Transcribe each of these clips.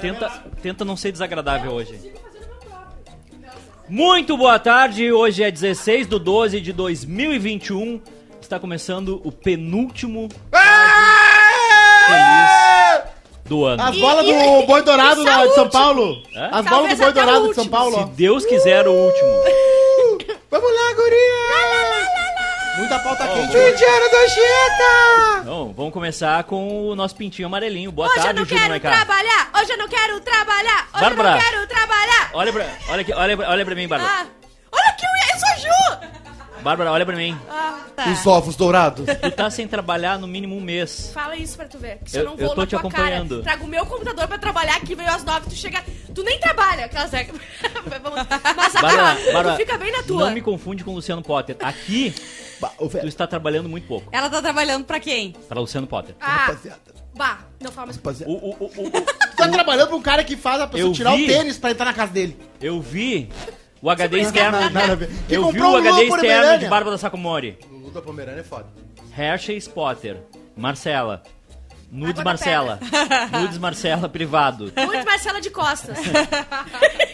tenta, tenta não ser desagradável hoje. Muito boa tarde, hoje é 16 de 12 de 2021. Está começando o penúltimo feliz do ano. As E- bolas e- do Boi Dourado e da- de São saúde. Paulo. Hã? As bolas do Talvez Boi até o Dourado de São último. Paulo. Se ó. Deus quiser, o último. Vamos lá, guria! Muita pauta quente. Pediram do Chita! Então, vamos começar com o nosso pintinho amarelinho. Boa Hoje eu tarde, não Júlio quero Maiká. trabalhar, hoje eu não quero trabalhar, hoje eu Bárbara. não quero trabalhar. Olha pra, olha, aqui, olha, olha pra mim, Bárbara. Ah, olha que eu ia, eu sou a Ju. Bárbara, olha pra mim. Ah, tá. Os ovos dourados. Tu tá sem trabalhar no mínimo um mês. Fala isso pra tu ver, que se Eu- eu, não vou eu tô na te tua acompanhando. cara. Trago o meu computador pra trabalhar aqui, veio às nove, tu chega... Tu nem trabalha, aquelas... é- Vamos- Mas Bárbara, aquela, Bárbara, tu Tá fica bem na tua. não me confunde com o Luciano Potter. Aqui, Bah, ô, tu velho, está trabalhando muito pouco. Ela tá trabalhando pra quem? Pra Luciano Potter. Ah, Rapaziada, bah, não fala mais... rapaziada. O- o- o- o- o- Tu tá trabalhando pra um cara que faz a pessoa Eu tirar vi. o tênis pra entrar na casa dele. eu vi o HD externo. Nada, nada a ver. Que Eu vi comprou o um HD Lula externo de Pomerânia. Bárbara Sacomori. O Lula Pomerânia é foda. Hershey Potter. Marcela. Nudes Água da Marcela. Nudes Marcela privado. Muito Marcela de Costas.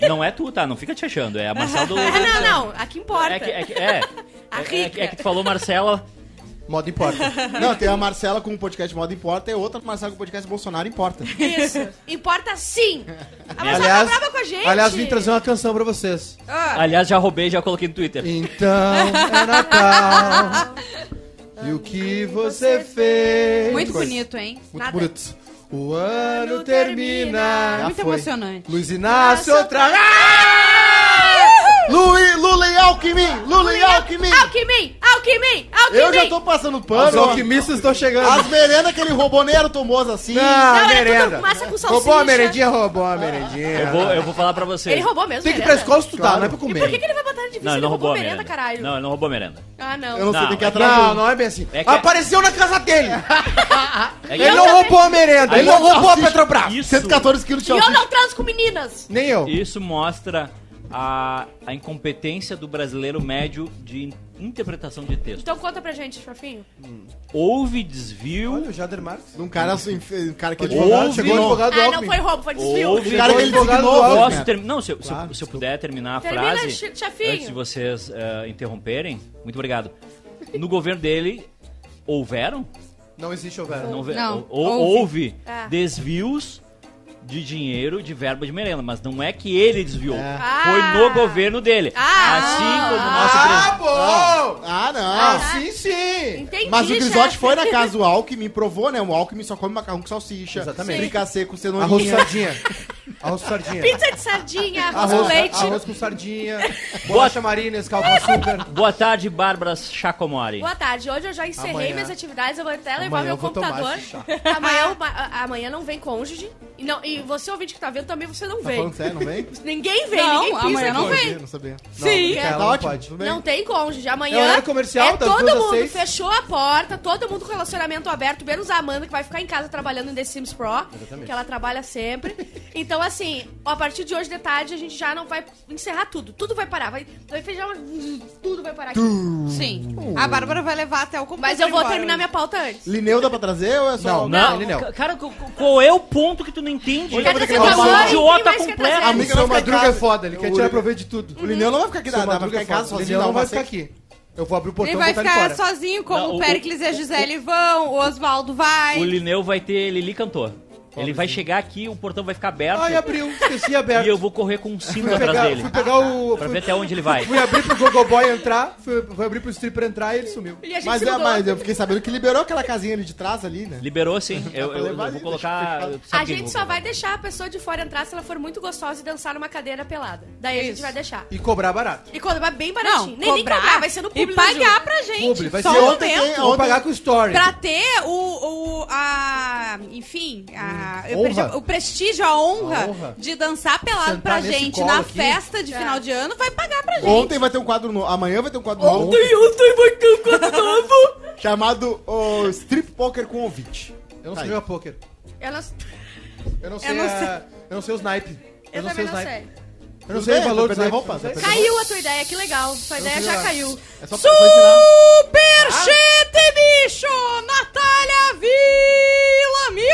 Não é tu, tá? Não fica te achando. É a Marcela do. Ah, não, não, aqui importa. É que, é que, é. A É- é rica. que- é que tu falou Marcela. Moda importa. Não, tem a Marcela com o podcast Moda Importa e outra Marcela com o podcast Bolsonaro Importa. Isso. Importa sim. A Marcela tá brava com a gente. Ah. aliás, vim trazer uma canção pra vocês. Aliás, já roubei, já coloquei no Twitter. Então é Natal. e o que você fez? Muito bonito, hein? Muito Nada. bonito. O ano termina. termina. Já Muito foi. emocionante. Luiz Inácio Inácio outra. Lula, Lula e Alckmin! Lula e Alckmin! Alckmin, Alckmin, Alckmin. Eu já tô passando Os pano. ó. alquimistas estão chegando. As merendas que ele rouboneiro tomou assim. Não, Ah, era tudo merenda. massa com salsicha. Roubou a merendinha, roubou a merendinha. Eu vou, eu vou falar pra vocês. Ele roubou mesmo, Tem que ir pra merenda? escola estudar, Claro. não é pra E por que, comer. que ele vai botar de Não, vista? ele não roubou a merenda. merenda, caralho. Não, ele não roubou a merenda. Ah, não. Eu não, sei Não, nem que é atrás. Não, não é bem assim. É que- Apareceu na casa dele. É que- Ele não também- roubou a merenda, Aí ele não eu- roubou a Salsicha. Petrobras. Isso. 114 quilos de E eu salsicha. não transo com meninas. Nem eu. Isso mostra a, a incompetência do brasileiro médio de interpretação de texto. Então conta pra gente, Chafinho. Houve desvio, Olha, o Jader Marques. Um cara, assim, fe- um cara que Advogado, advogado, Chegou o Ouvi. advogado do Ah, não Alckmin. foi roubo, foi desvio. Houve- O cara que ele Chegou o designou advogado do Alckmin. Posso termi- Não, se, eu- se eu- Claro, se eu puder terminar a Termina, frase. Chi- Chafinho. Antes de vocês eh, interromperem. Muito obrigado. No governo dele, houveram? Não existe houver. Não, houve- Não, hou- hou- houve. houve É. desvios de dinheiro de verba de merenda, mas não é que ele desviou. Ah. Foi no governo dele. Ah. Assim como o nosso presidente. Ah, bom! Ah, não. Ah, sim, sim! Entendi, Mas o Grisotti chefe. foi na casa do Alckmin, provou, né? O Alckmin só come macarrão com salsicha, Exatamente. frica seco, Arroz com cenourinha. sardinha. Arroz com sardinha. Pizza de sardinha, arroz com Arroz, leite. arroz com sardinha. Bolacha marina, escalco açúcar. Boa tarde, Bárbara Chacomori. Boa tarde, hoje eu já encerrei Amanhã. minhas atividades, eu vou até levar Amanhã eu meu vou tomar computador. esse chá. Amanhã, eu- a- amanhã não vem cônjuge. E, não, e você ouvinte que tá vendo também, você não Tá vem. falando sério, não vem? Ninguém vem, Não, ninguém pisa amanhã aqui. não vem. Não sabia. Não, Sim. Tá ela não ótimo. pode. Tudo bem. Não tem cônjuge. É Amanhã horário comercial, é das todo duas às mundo. seis. Fechou a porta, todo mundo com relacionamento aberto, menos a Amanda, que vai ficar em casa trabalhando em The Sims Pro, que ela trabalha sempre. Então, assim, a partir de hoje de tarde, a gente já não vai encerrar tudo. Tudo vai parar. Vai, vai fechar uma- Tudo vai parar aqui. Hum. Sim. A Bárbara vai levar até o computador. Mas eu vou embora. né? terminar minha pauta antes. Lineu dá pra trazer ou é só... Não, Não, ele não. ca- cara, co- co- qual é o ponto que tu não entende? Olha, Tu você é tá falou, um ninguém idiota mais quer completo. trazer. A Amiga minha não fica seu em Madruga é casa. foda, ele quer O- tirar proveito de tudo. O Lineu não vai ficar aqui, Seu dá, dá pra Madruga ficar é em casa foda, sozinho. Lineu não vai mas ficar tem- aqui. Eu então vou abrir o portão Ele e vai botar ele ficar fora. sozinho, como Não, o- o Pericles e a Gisele vão, o Oswaldo vai. O Lineu vai ter Lili cantor. Ele vai chegar aqui, o portão vai ficar aberto Ai, abriu, esqueci e eu aberto. vou correr com um cinto Fui atrás pegar, dele. fui pegar o... Pra Fui, ver até onde ele vai. fui abrir pro Gogoboy entrar, fui, fui abrir pro stripper entrar e ele sumiu. E a gente Mas, se é, mudou. mas eu fiquei sabendo que liberou aquela casinha ali de trás ali, né? Liberou sim. Eu, pra eu- eu levar vou ali, colocar. deixa eu sabe quem A gente eu né? só vou vai deixar a pessoa de fora entrar se ela for muito gostosa e dançar numa cadeira pelada. Daí a gente É Isso. vai deixar. E cobrar barato. E quando vai bem Não, baratinho. nem, nem cobrar, cobrar, vai ser no público. né, E do pagar jogo. pra gente. Publi, vai Só ser um ontem momento. quem- Eu vou pagar com o story. Pra ter o. o a, enfim, a- eu perdi- honra. o prestígio, a honra, A honra. de dançar pelado Sentar pra nesse gente colo na aqui. festa de É. final de ano, vai pagar pra gente. Ontem vai ter um quadro novo, amanhã vai ter um quadro novo. ontem vai ter um quadro novo. Chamado o Strip Poker com Ouvinte. Eu não Tá sei aí. jogar pôquer. Eu não, eu Eu não sei, não sei. a- eu não sei os naipe. Eu, não também sei os não naipe. sei. Eu não sei o Tudo bem, valor vai dos perder naipes. roupa, não vai sei. perder Caiu a tua ideia, que legal. Tua ideia já lá. caiu. É só pra só ensinar. Super Chete, bicho! Natália Vila Mil,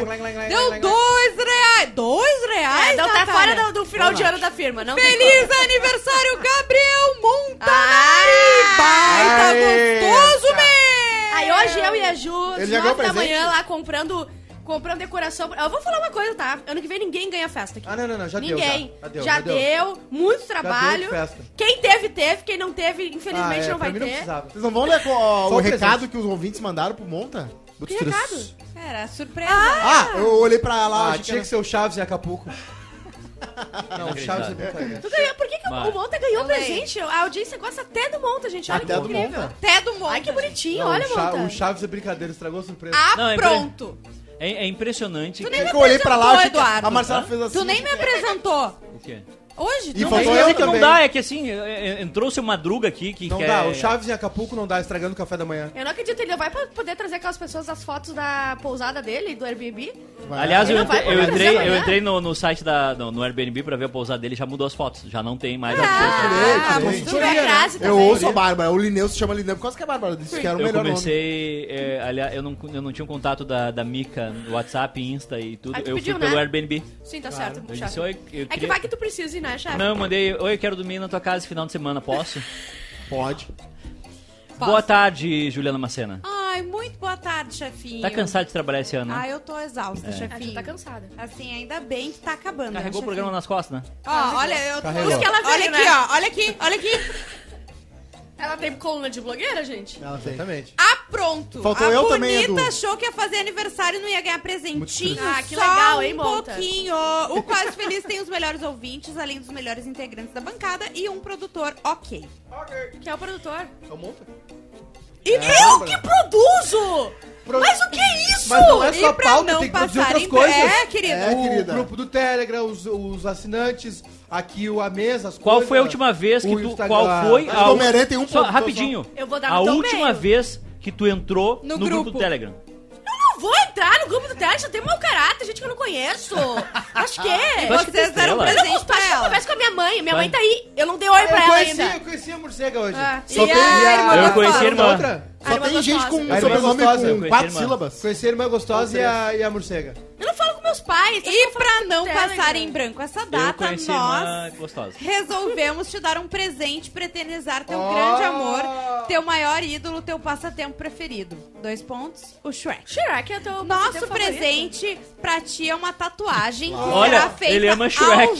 Clang, clang, meu! clang, Deu clang, dois reais. Dois É, tá fora do, do final de ano da firma. Não tem Feliz aniversário, Gabriel Montanari! Ah! Baita Aê! gostoso, meu! Aí hoje eu e a Ju, Ele às já ganhou 9 da presente? manhã, lá comprando, comprando decoração. Eu vou falar uma coisa, tá? Ano que vem ninguém ganha festa aqui. Ah, não, não, não, já deu, ninguém. já. Já deu, Já já deu. deu, muito trabalho. deu festa. Quem teve, teve. Quem não teve, infelizmente Ah, é, não pra vai mim ter. não precisava. Vocês não vão ler co- ó, o Só o presente. recado que os ouvintes mandaram pro Monta? que recado? Era surpresa. Ah, eu olhei pra lá, Ah, achei tinha que que ser o Chaves em Acapulco. Não, o Chaves é Inacreditável. brincadeira. Tu ganhou- por que, que Vai. o Monta ganhou Eu ganhei. presente? A audiência gosta até do Monta, gente. Olha Até que do incrível. Monta. Até do monte. Ai, que bonitinho, Não, olha, o, Cha- Monta. o Chaves é brincadeira, estragou a surpresa. Ah, Não, é pra- pronto. É, é impressionante. Tu É nem que me eu olhei pra lá, apresentou, achei que a Eduardo. Marcela fez assim. Tu nem me apresentou. O quê? Hoje? E tu- faltou Mas eu é que não também. dá, é que assim, é- é- entrou-se o Madruga aqui, que é. Não quer... dá, o Chaves em Acapulco não dá, estragando o café da manhã. Eu não acredito, ele não vai pra- poder trazer aquelas pessoas as fotos da pousada dele, do Airbnb? Vai. Aliás, eu, Ele não vai entre- eu poder entrei, trazer eu amanhã. entrei no, no site da, no, no Airbnb pra ver a pousada dele, já mudou as fotos, já não tem mais a Ah, tirei, muito Tu é bem. crase Eu também. ouço a Bárbara, o Lineu se chama Lineu por causa que é a Bárbara disse que era o Eu melhor comecei, é, aliás, eu não, eu não tinha o contato da, da Mica, no WhatsApp, Insta e tudo. Ah, tu eu pediu, fui pelo né? Airbnb. Sim, tá certo. Eu chefe. disse, "Oi, eu É que queria- vai que tu precise, né, chefe? Não, eu mandei, oi, eu quero dormir na tua casa final de semana, posso? nome. Pode. Boa tarde, Juliana Um Macena. Ai, muito boa tarde, chefinho. Tá cansado de trabalhar esse ano, Ah, né? eu tô exausta, Ah, tu chefinho. tá cansada. Assim, ainda bem que tá acabando. né, Carregou o chefinho? programa nas costas, né? Ó, olha, eu tô... Carregou. Por isso que ela Olha veio, aqui, né? olha aqui, olha aqui, olha aqui. Ela tem coluna de blogueira, gente? Não, Exatamente. Ah, pronto. Faltou a eu bonita também, Edu. achou que ia fazer aniversário e não ia ganhar presentinho. triste. Ah, que só legal, hein, um Monta? pouquinho. O Quase Feliz tem os melhores ouvintes, além dos melhores integrantes da bancada e um produtor ok. Que é o produtor. Só monta. E eu que produzo! Mas o que é isso? Mas não é só e pra pauta, não tem que produzir passar outras em- coisas. tipo, É, querido. É, o querida. grupo do Telegram, os, os assinantes, aqui o a mesa, as Qual coisas. foi a última vez que O tu... Instagram- Qual foi Mas a... não meretem um Só, ponto, rapidinho. Eu vou dar A no teu última meio. vez que tu entrou No no, grupo. grupo. do Telegram. Não vou entrar no grupo do teste, eu tenho mau caráter, gente que eu não conheço. Acho que é. Tu acha que Vocês tu deram dela? Eu não presente pra acho que eu ela. converso com a minha mãe. Minha Vai. mãe tá aí. Eu não dei oi pra eu ela conheci, ainda. eu conheci a morcega hoje. Ah, Só e tem a irmã Eu conheci a gostosa? irmã. outra? A Só irmã tem gente gostosa. com A um irmã sobrenome gostosa, eu com conheci a quatro irmã. sílabas. Conheci a irmã gostosa e a, e a morcega. Eu não falo com meus pais. eu E falo pra com não o passar Telegram. em branco essa Eu data, conheci uma nós gostosa. resolvemos te dar um presente, pretenizar teu Oh! grande amor, teu maior ídolo, teu passatempo preferido. Dois pontos, o Shrek. Shrek é o teu Nosso teu presente pra ti é uma tatuagem que será Olha, feita ele ama ao Shrek.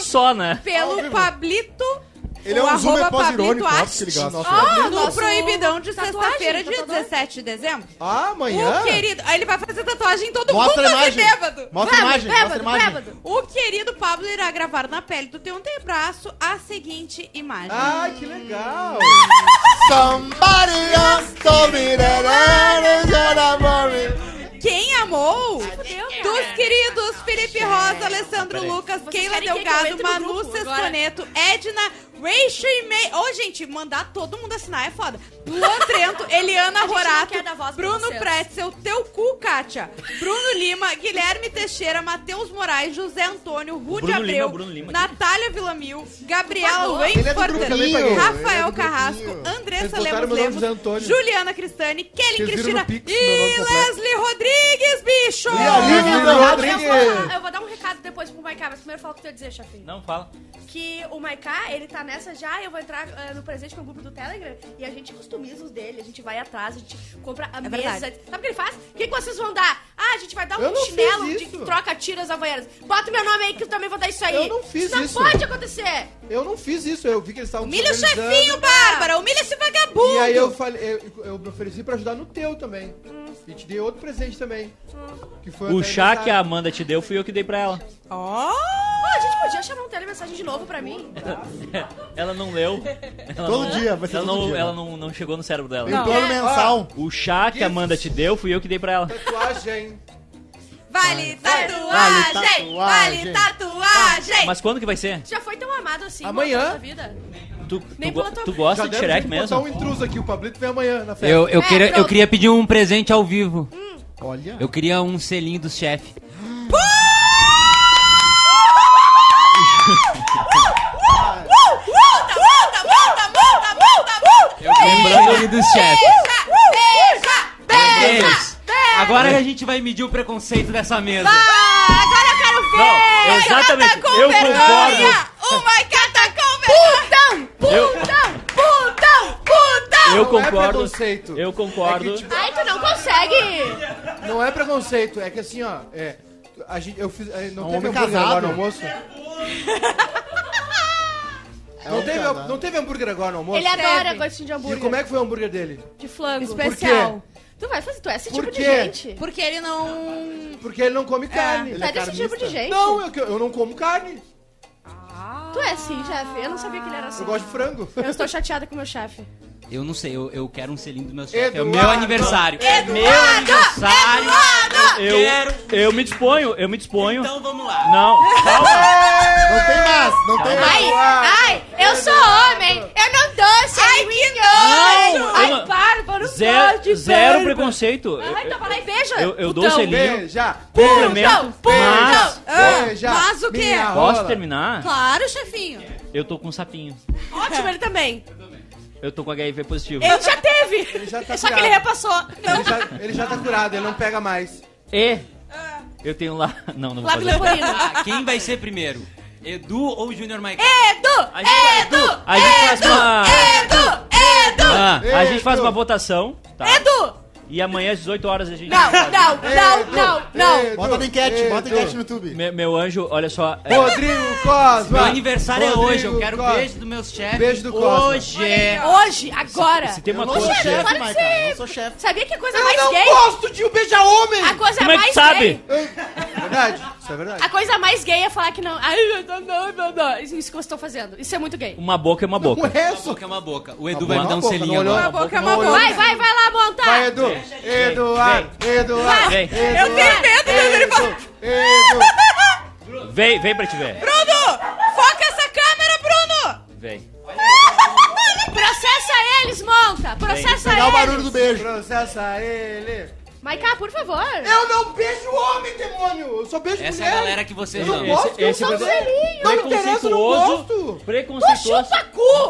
Só, né? pelo vivo. Pablito. Ele é o um zoomer arroba pós-irônico, Pablito óbvio que ele Arte, gosta. Ah, no nosso Proibidão de tatuagem, sexta-feira, dia tatuador. 17 de dezembro. Ah, amanhã? O querido. Aí ele vai fazer tatuagem em todo Mostra a mundo de imagem. bêbado. Mostra a imagem, Bêbado, mostra a imagem. bêbado. O querido Pablo irá gravar na pele do teu antebraço a seguinte imagem. Ah, que legal. Somebody else told me that I was gonna love me. Quem amou? fudeu, cara. Dos queridos Felipe Rosa, Alessandro Peraí. Lucas, Vocês Keila querem que eu Delgado, entre no Manu grupo Sesconeto, Edna, Rachel e May. Ô, gente, mandar todo mundo assinar é foda. Luan Trento, Eliana A gente não Rorato, quer dar voz pra Bruno vocês. Pretzel, Teu Cu, Kátia, Bruno Lima, Guilherme Teixeira, Matheus Moraes, José Antônio, Rude Bruno Lima é Abreu, o Bruno Lima aqui. Natália Villamil, Gabriela favor. Wayne Ele é do grupinho, ele é Fortan, do Rafael grupinho. Carrasco, Eles Andressa botaram meu Lemos nome Lemos, José Antônio. Juliana Cristani, Vocês Kelly viram Cristina no Pix meu nome e completo. Leslie Rodrigues, bicho! E a Eu Lívia Lívia vou- Eu vou, Rodrigues. dar, eu vou dar um recado depois pro Maiká, mas primeiro fala o que tu ia dizer, chefinho. Não, fala. Que o Maiká, ele tá nessa já, eu vou entrar eh, no presente com o grupo do Telegram e a gente customiza os dele, a gente vai atrás, a gente compra É a mesa. verdade. Sabe o que ele faz? O que que vocês vão dar? Ah, a gente vai dar Eu um não chinelo fiz de isso. troca tiras havaianas. Bota o meu nome aí que eu também vou dar isso aí. Eu não fiz não isso. pode acontecer. Eu não fiz isso, eu vi que eles estavam Humilha o se organizando. chefinho, Bárbara! Humilha esse vagabundo! E aí eu falei, eu, eu me ofereci pra ajudar no teu também. Hum. E te dei outro presente também. Que foi O até chá que a aniversário. Amanda te deu, fui eu que dei pra ela. Ó! Ah, a gente podia chamar um telemensagem de novo pra mim. Ela não leu. Ela Todo não- é? dia, vai ser Ela, todo não, dia. ela não, não chegou no cérebro dela. Tem um é. plano mensal. O chá que a Amanda te deu, fui eu que dei pra ela. Tatuagem. Vale Vale tatuagem! tatuagem. Vale tatuagem! Mas quando que vai ser? Já foi tão amado assim Amanhã? na nossa vida? Tu, Nem tu, go- pela tua- tu gosta Já de deve ter Shrek que mesmo? botar um intruso aqui, o Pablito vem amanhã na festa. Eu, eu, É, queria, eu pronto. queria pedir um presente ao vivo. Olha. Eu queria um selinho do chefe. Uh, Multa, multa, multa, multa, multa, multa! Eu queria um selinho do chefe. Beija! Beija! Beija! Deles. Agora que a gente vai medir o preconceito dessa mesa. Ah, agora eu quero ver! Não, Uma Exatamente. cata com Eu vergonha! Oh Uma cata tá com vergonha! Eu- Putão! Putão! Eu Putão! Não é concordo. preconceito. Eu É concordo. que, tipo, Ai, tu não consegue! Não é preconceito, é que assim, ó, é. A gente, eu fiz. é, Não É um teve homem hambúrguer casado. agora no almoço? É não, um teve, casado. não teve hambúrguer agora no almoço? Ele adora Serve. gostinho de E hambúrguer. como é que foi o hambúrguer dele? De flango. Especial. Tu vai fazer, tu é esse Por tipo de quê? gente. Porque ele não. Porque ele não come carne. Tu Ele é é desse tipo carnista? de gente. Não, eu, eu não como carne. Tu é assim, chefe. Eu não sabia que ele era assim. Eu gosto de frango. Eu estou chateada com o meu chefe. Eu não sei, eu, eu quero um selinho do meu chefe. É o meu Eduardo! aniversário. É Eduardo! meu aniversário. Eu, Quero- eu me disponho, eu me disponho. Então vamos lá. Não, calma. Não tem mais, não tem mais. Ai, ai, eu sou homem. Eu não dou sanguíneo. Ai, nojo! Ai, Uma- barba, eu não gosto Zero, de zero barba. preconceito. Ai, então vai lá e veja. Eu, é eu dou putão. selinho, Beija, complemento, mas... Ah, beija. mas o quê? minha Posso rola. terminar? Claro, chefinho. Eu tô com um sapinho. Ótimo, ele também. Eu tô com HIV positivo. Ele já teve. Ele já tá Só que curado. ele repassou. Ele já, ele já tá curado, ele não pega mais. E eu tenho lá... Não, não vou fazer. Labileporina. Ah, quem vai ser primeiro? Edu ou Junior Michael? Edu! A gente- Edu! a gente faz uma- Edu! Edu! Ah, a gente Edu. faz uma votação, tá? Edu! E amanhã às 18 horas a gente... É Não, não, não, Edu, não, não. Edu, Bota na enquete, Edu. bota enquete no YouTube. Me- meu anjo, olha só... é- Rodrigo Cosma. Meu aniversário é Rodrigo hoje, eu quero Cosma. beijo dos meus chefes. Beijo do Cosma. Hoje. é. É. Hoje, agora. Se tem uma Eu não coisa... sou chefe, para de Maica, ser- eu não sou chefe. Sabia que a coisa Eu mais não gay? gosto de um beija-homem. Ah, A coisa Como é que mais sabe? gay. Verdade, isso é verdade. A coisa mais gay é falar que não. Ai, eu não, não, não, não. Isso que vocês estão fazendo. Isso é muito gay. Uma boca é uma O boca. resto. Boca é uma boca. O Edu Uma vai me dar um boca, não selinho olhou? agora. Uma boca é uma Não olhou. boca. Vai, vai, vai lá montar. Vai, Edu. Eduardo, Eduardo. Vem, Eu tenho medo quando ele fala. Edu, vem, vem pra te ver. Bruno! Foca essa câmera, Bruno! Vem. Processa eles, monta. Processa Dá o eles. barulho do beijo. processa ele. Maiká, por favor. Eu não beijo homem, demônio. Eu só beijo Essa é mulher. a galera que vocês Eu não amam. gosto, eu sou preconce- selinho. Não interessa, eu não preconceituoso, gosto. preconceituoso,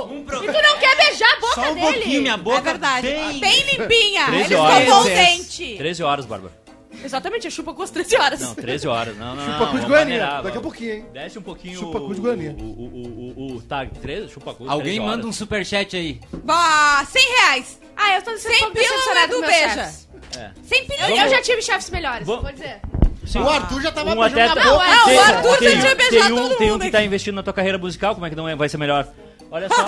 Um E programa. tu não quer beijar a boca Só um dele. pouquinho, minha boca. É verdade. Bem... Bem limpinha. Treze Ele escovou horas. o dente. 13 horas, Bárbara. Exatamente, eu chupo com as 13 horas. Não, 13 horas. Não, não, não. Chupa cu de vamos Goiânia. maneirar, Daqui a vamos. pouquinho, hein. Desce um pouquinho Chupa cu de o- Goiânia. O, o, o, o, o tag 13, chupa cu. Alguém 13 manda um horas. superchat aí. Bah, 100 reais. Ah, eu tô sendo Sem pouco pila, decepcionada Edu, com meus beija. chefes. É. Sem Eu, perigo. Vamos. eu já tive chefes melhores, Vamos. vou dizer. Sim. O Arthur já tava Um até beijando tá- na boca. Não, o tem- Arthur já tem- tinha tem beijado um, todo Tem um mundo que tá investindo na tua carreira musical, como é que não é- vai ser melhor? Olha só.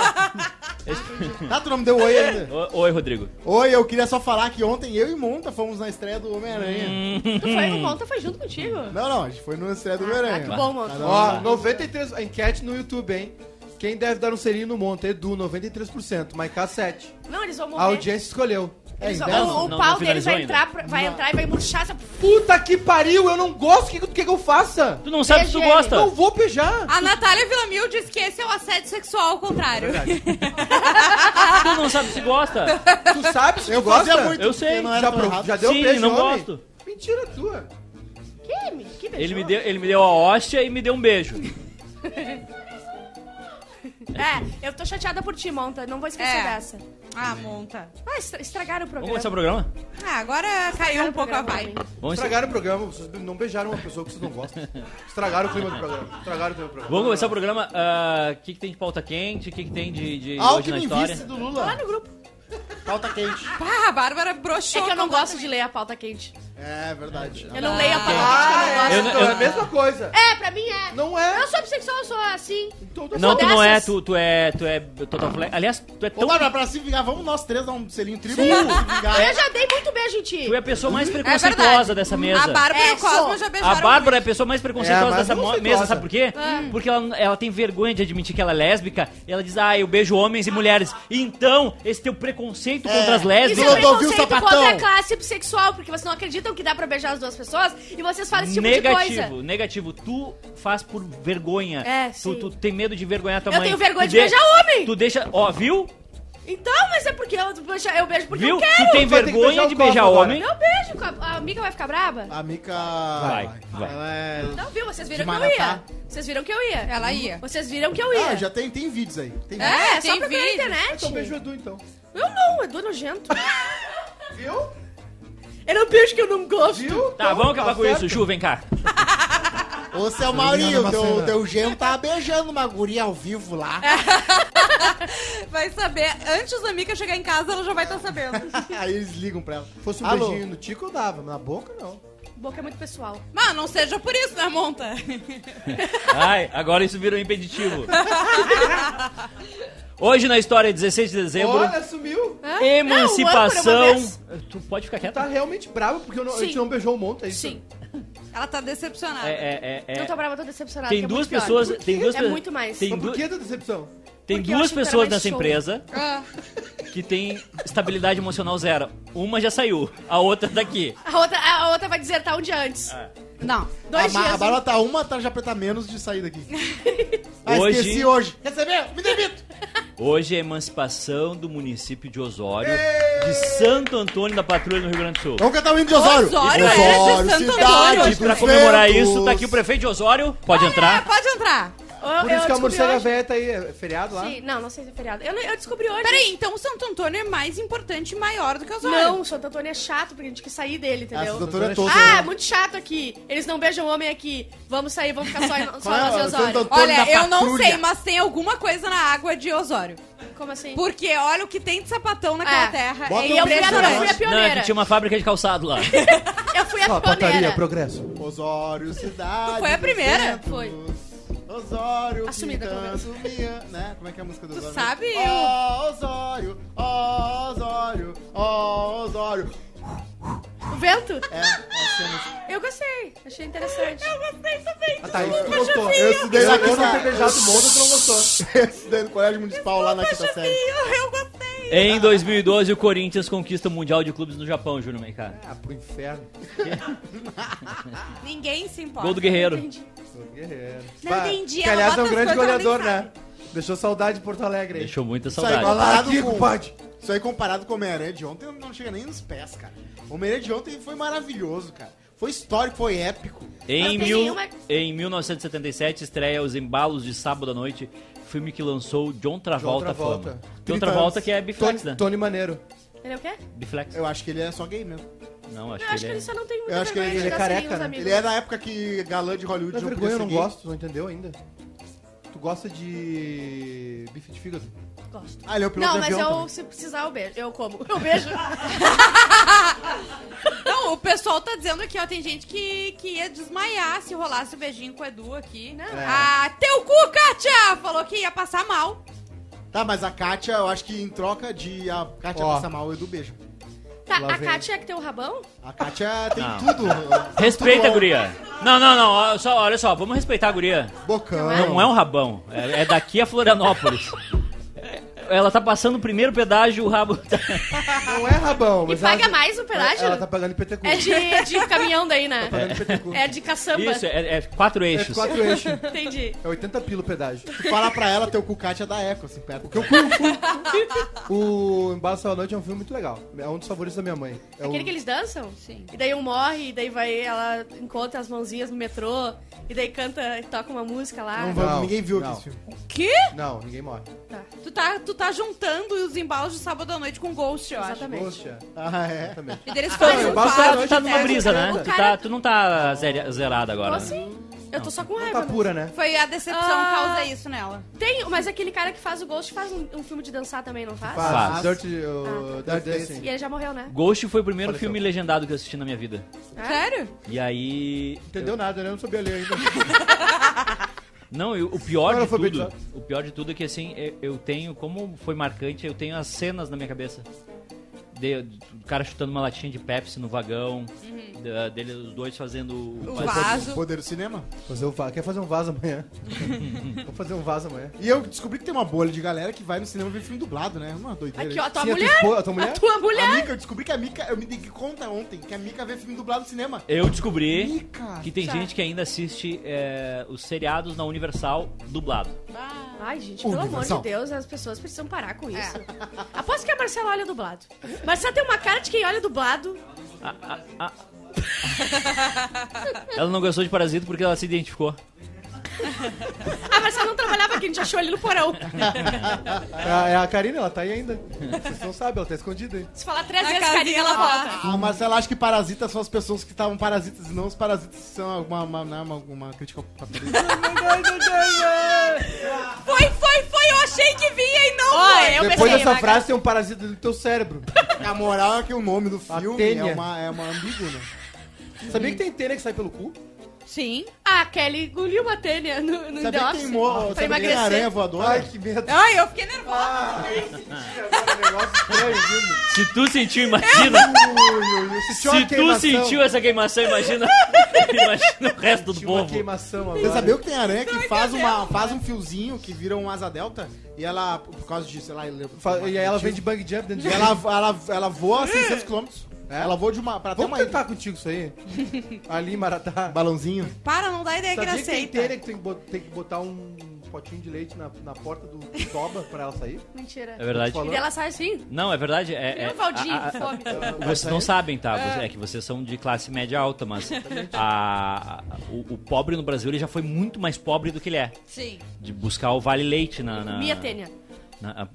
Ah, tu não me deu oi ainda. O- Oi, Rodrigo. Oi, eu queria só falar que ontem eu e Monta fomos na estreia do Hum. Homem-Aranha. Tu foi, o Monta foi junto contigo. Não, não, a gente foi na estreia do Homem-Aranha. Ah, tá, que bom, Monta. Cada um Ó, lá. 93... A enquete no YouTube, hein. Quem deve dar um selinho no monte? Edu, 93%. Maiká, 7%. Não, eles vão morrer. A audiência escolheu. É Eles vão- inverno? o o Não, pau não deles vai finalizou entrar, pra- vai entrar e vai murchar essa... Puta que pariu, eu não gosto. O que, que, que eu faça? Tu não sabe se tu Beijo ele. gosta. Não vou beijar. A Natália Villamil diz que esse é o assédio sexual ao contrário. Tu não sabe se gosta. Tu sabe se Eu tu gosta? fazia muito. Eu sei. porque Não era Já, tão pro- errado. já deu Sim, um beijo não homem? gosto. Mentira tua. Que, me- que beijou? Ele me, deu, ele me deu a hóstia e me deu um beijo. É, eu tô chateada por ti, Monta. Não vou esquecer É. dessa. Ah, monta. Ah, estra- estragaram o Vamos programa. começar o programa? Ah, agora caiu um Estragaram o pouco a programa pra vibe. mim. Vamos, Estragaram o programa, vocês não beijaram uma pessoa que vocês não gostam. Estragaram o clima do programa. Estragaram o clima do programa. vamos começar o programa. Ah, O que, que tem de pauta quente? O que, que tem de, de hoje na Alckmin história? vice do Lula. Lá no grupo. Falta quente. Pá, a Bárbara broxou. É que eu não gosto de ler a pauta quente. É, verdade. Eu não leio a pauta Ah, quente, eu não é, gosto. Eu não- então eu- é a mesma coisa. É, pra mim é. Não é. Eu sou bissexual, eu sou assim. Então, tá Não, certo. tu não é, dessas. tu, tu é, tu é total flex. Aliás, tu é Ô, Então tão... Bárbara, pra se vingar, vamos nós três dar um selinho triplo pra se vingar. Eu já dei muito beijo em ti. Tu é a pessoa mais É verdade. preconceituosa dessa mesa. A Bárbara e É, o Cosmo sou. já A beijaram. Bárbara é a pessoa mais É, preconceituosa mas dessa não mo- sei mesa, gosta. sabe por quê? É. Porque ela, ela tem vergonha de admitir que ela é lésbica. E ela diz, ah, eu beijo homens e mulheres. Então, esse teu preconceito contra as Isso lésbicas... é Não ouviu o preconceito sapatão? contra a classe bissexual, porque vocês não acreditam que dá pra beijar as duas pessoas e vocês falam esse tipo de negativo, coisa. negativo. Tu faz por vergonha. É, tu, sim. tu tem medo de vergonhar tua Eu mãe. tenho vergonha Tu de beijar homem. Tu deixa... Ó, viu? Então, mas é porque eu beijo, eu beijo porque viu? eu quero. Tu tem vai ter que vergonha beijar o de Cosmo beijar agora. homem. Eu beijo, com a, a amiga vai ficar braba? A Mica... Vai, vai. Ela é... Não, viu? Vocês viram De que eu Maratá. ia. Vocês viram que eu ia. é Ela ia. Vocês viram que eu ia. Ah, já tem, tem vídeos aí. Tem vídeos. É, só É, procurar tem na vídeo. internet. Então beijo o Edu, então. Eu não, Edu é nojento. Viu? Eu não beijo que eu não gosto. Viu? Tá, Então, vamos acabar tá com certo. isso. Ju, vem cá. Ô, seu é Obrigado, Maurinho, Marcela. teu, teu genro tá beijando uma guria ao vivo lá. É. Vai saber, antes da Mica chegar em casa, ela já vai estar sabendo. Aí eles ligam pra ela. Se fosse um Alô? beijinho no tico, eu dava, mas na boca não. Boca é muito pessoal. Mas não seja por isso, né, Monta? Ai, agora isso virou impeditivo. Hoje na história, 16 de dezembro, Olha, sumiu. é Não, o emancipação. âncora, tu pode ficar Tá quieta? realmente bravo porque eu não, a Sim. gente não beijou um monte, é isso? Sim. Ela tá decepcionada. É, é, é, é. Não tô brava, tô decepcionada. Tem que é duas muito pior. pessoas. Tem duas É pe- muito mais. Tem, Mas por du- que da decepção? tem Porque duas eu achei que era pessoas mais nessa show. empresa Ah, que tem estabilidade emocional zero. Uma já saiu, a outra tá aqui. A outra, a outra vai desertar um dia antes. É. não. A, Dois Ma- a dias. Bárbara tá uma, tá, já tá menos de sair daqui. Ah, Hoje- esqueci hoje. Recebeu? Me demito. Hoje é a emancipação do município de Osório, de Santo Antônio da Patrulha no Rio Grande do Sul. Vamos cantar o hino de Osório. Osório é, era de Santo Antônio. E pra comemorar isso, tá aqui o prefeito de Osório. Pode Ah, entrar. pode entrar. Eu, Por isso que a descobri morcega hoje- véia tá aí, é feriado lá. Sim, não, não sei se é feriado. Eu, não- eu descobri hoje. Peraí, um então o Santo Antônio é mais importante e maior do que os olhos. Não, o Santo Antônio é chato, porque a gente tem que sair dele, Essa entendeu? doutora é toda. Ah, é muito chato aqui. Eles não beijam homem aqui. Vamos sair, vamos ficar só, em- só Qual é nós e o Santo Osório. Antônio? Olha, da eu não patrulha. sei, mas tem alguma coisa na água de Osório. Como assim? Porque olha o que tem de sapatão naquela É. terra. Bota é E eu fui, a, eu fui a impressionante. Não, é pioneira. que tinha uma fábrica de calçado lá. Eu fui a Ó, pataria, pioneira. progresso. Osório, cidade. Tu foi a dos primeira? ventos. Foi. Osório, Assumida, pelo menos. pelo menos. Né? Como é que é a música do Tu Osório? sabe, Ó, Osório, ó, Osório, ó, Osório. O vento? É, essa é a música. Eu gostei. Achei interessante. Ah, tá, isso tu gostou. Eu estudei lá Eu não ter na... beijado o monte, tu não gostou. Eu estudei no é colégio municipal lá na quinta série. Eu, eu gostei. Em 2012, o Corinthians conquista o Mundial de Clubes no Japão, Júnior Meicá. Ah, pro inferno. Ninguém se importa. Gol do Guerreiro. Sou um guerreiro. Não Bah, Que entendi, ela aliás é bota um as grande coisas que ela goleador, nem né? Deixou saudade de Porto Alegre. aí. Deixou muita Isso aí, saudade. vai lá. Fala Comparado aqui, com- compadre. Isso aí comparado com o Homem-Aranha de ontem, não chega nem nos pés, cara. O Homem-Aranha de ontem foi maravilhoso, cara. Foi histórico, foi épico. Em, Não tem mil, nenhuma- em 1977, estreia Os Embalos de Sábado à Noite, filme que lançou John Travolta, John Travolta. à fama. John 30 Travolta anos. que é biflex, né? Tony, Tony Maneiro. Ele é o quê? Biflex? Eu acho que ele é só gay mesmo. Não, acho Eu que acho que ele ele é... só não tem muita Eu acho que vergonha ele- de ele é dar selinho careca, aos né? amigos. Ele é da época que galã de Hollywood Não é não vergonha, podia eu não ser gay. gosto, não entendeu ainda. Tu gosta de bife de fígado? Gosto. Ah, ele é o piloto Não, de mas avião eu, também. se precisar, eu beijo. Eu como. Eu beijo. Não, o pessoal tá dizendo aqui, ó, tem gente que, que ia desmaiar se rolasse o beijinho com o Edu aqui. Não. É. Ah, teu cu, Kátia! Falou que ia passar mal. Tá, mas a Kátia, eu acho que em troca de a Kátia Ó. passa mal, o Edu beija. Tá, Lá a vem. Kátia é que tem o rabão? A Kátia tem Não. tudo. tá Respeita a tudo guria. né? Não, não, não. ó, Só, olha só, vamos respeitar a guria. Bocão. Não é um rabão. É, é daqui a Florianópolis. Ela tá passando o primeiro pedágio, o rabo... tá- Não é rabão, E mas paga ela, mais o pedágio? Ela tá pagando IPTQ. É de, de caminhão daí, né? Pagando IPTQ. É de caçamba. Isso, é, é quatro É eixos. quatro eixos. Entendi. É 80 pila o pedágio. Tu fala pra ela, teu cu Kátia dá eco, assim, perto. Porque o cu- o Embalo à Noite é um filme muito legal. É um dos favoritos da minha mãe. É Aquele o... que eles dançam? Sim. E daí um morre, e daí vai, ela encontra as mãozinhas no metrô, e daí canta e toca uma música lá. Não vai- vamos, ninguém viu não. aqui esse filme. Que? Não, ninguém morre. Tá. Tu tá, tu tá juntando os embalos de sábado à noite com Ghost, eu acho. Exatamente. Poxa, Ah, é. exatamente. E deles Ah, fazem eu um bato quadro a Tu de tá numa teste. brisa, né? O Tu, cara- tá, tu não tá zere- zerada Tô agora. né? assim? Eu tô só com Tá raiva. pura, né? Foi a decepção Ah. causa isso nela. Tem, mas aquele cara que faz o Ghost faz um, um filme de dançar também, não faz? Faz. Faz. Dirt, Ah, o... Dirt Dancing. E ele já morreu, né? Ghost foi o primeiro Faleceu. filme legendado que eu assisti na minha vida. É? Sério? E aí. Entendeu nada, né? Eu não sabia ler ainda. Não, eu- o pior Agora de foi tudo. habilitado. O pior de tudo é que assim, eu, eu tenho, como foi marcante, eu tenho as cenas na minha cabeça. De, do cara chutando uma latinha de Pepsi no vagão, da- dele, os dois fazendo. O mas- vaso. Poder do cinema. Fazer um va- Quer fazer um vaso amanhã? Vou fazer um vaso amanhã. E eu descobri que tem uma bolha de galera que vai no cinema ver filme dublado, né? Uma doideira. Aqui, ó, tá a tua Sim, a tua mulher. esposa- a tua mulher? A tua mulher. A Mika, eu descobri que a Mika, eu me dei conta ontem que a Mika vê filme dublado no cinema. Eu descobri Mika! que tem Tá. gente que ainda assiste é, os seriados na Universal dublado. Ai, gente, pelo amor de Universal. Deus, as pessoas precisam parar com isso. Aposto que a Marcela olha dublado. Marcela tem uma cara de quem olha dublado. A- a- a- Ela não gostou de Parasita porque ela se identificou. A Marcela não trabalhava aqui, a gente achou ele no porão. Ah, é a Karina, ela tá aí ainda. Vocês não sabem, ela tá escondida aí. Se falar três Na vezes, carinha, casinha ela ela volta. A Marcela Ah, acha que parasitas são as pessoas que estavam parasitas e não os parasitas que são uma, uma, né, uma, uma crítica ao capitalismo. Foi, foi, foi, eu achei que vinha e não Ó, foi. eu Depois pensei, dessa né, frase tem um parasita no teu cérebro. A moral é que o nome do filme é tênia. uma, é uma ambígua, né? Sabia que tem tênia que sai pelo cu? Sim. Ah, Kelly engoliu uma tênia no, no The Sabia que Office. tem, mo- Então, assim, pra sabia que tem emagrecer. aranha voadora? Ai, que medo. Ai, eu fiquei nervosa. Ah, agora um negócio estranho, viu? Se tu sentiu, imagina. Ui, ui, ui, Se sentiu uma tu queimação. sentiu essa queimação, imagina. imagina o é resto do Sentiu uma povo. queimação agora. Você sabia que tem aranha que faz, uma, faz um fiozinho que vira um asa delta e ela, por causa disso, sei lá, ele- Fa- E aí ela vem de e bang jump dentro de ela, ela, ela voa a 600 km. É? Ela voa de uma pra até Vamos uma tentar contigo isso aí? Ali em Maratá. balãozinho. Para, não dá ideia que ele Sabia que tem aceita. telha que tem que bot- tem que botar um potinho de leite na, na porta do toba pra ela sair? Mentira. É verdade. Falou. E ela sai assim. Não, é verdade. É, é, Viu, Valdinho? a- a- a- ah. fome. Vocês não sabem, tá? Você- É que vocês são de classe média alta, mas a- o, o pobre no Brasil ele já foi muito mais pobre do que ele é. Sim. De buscar o Vale Leite na. na Minha tênia. na- a-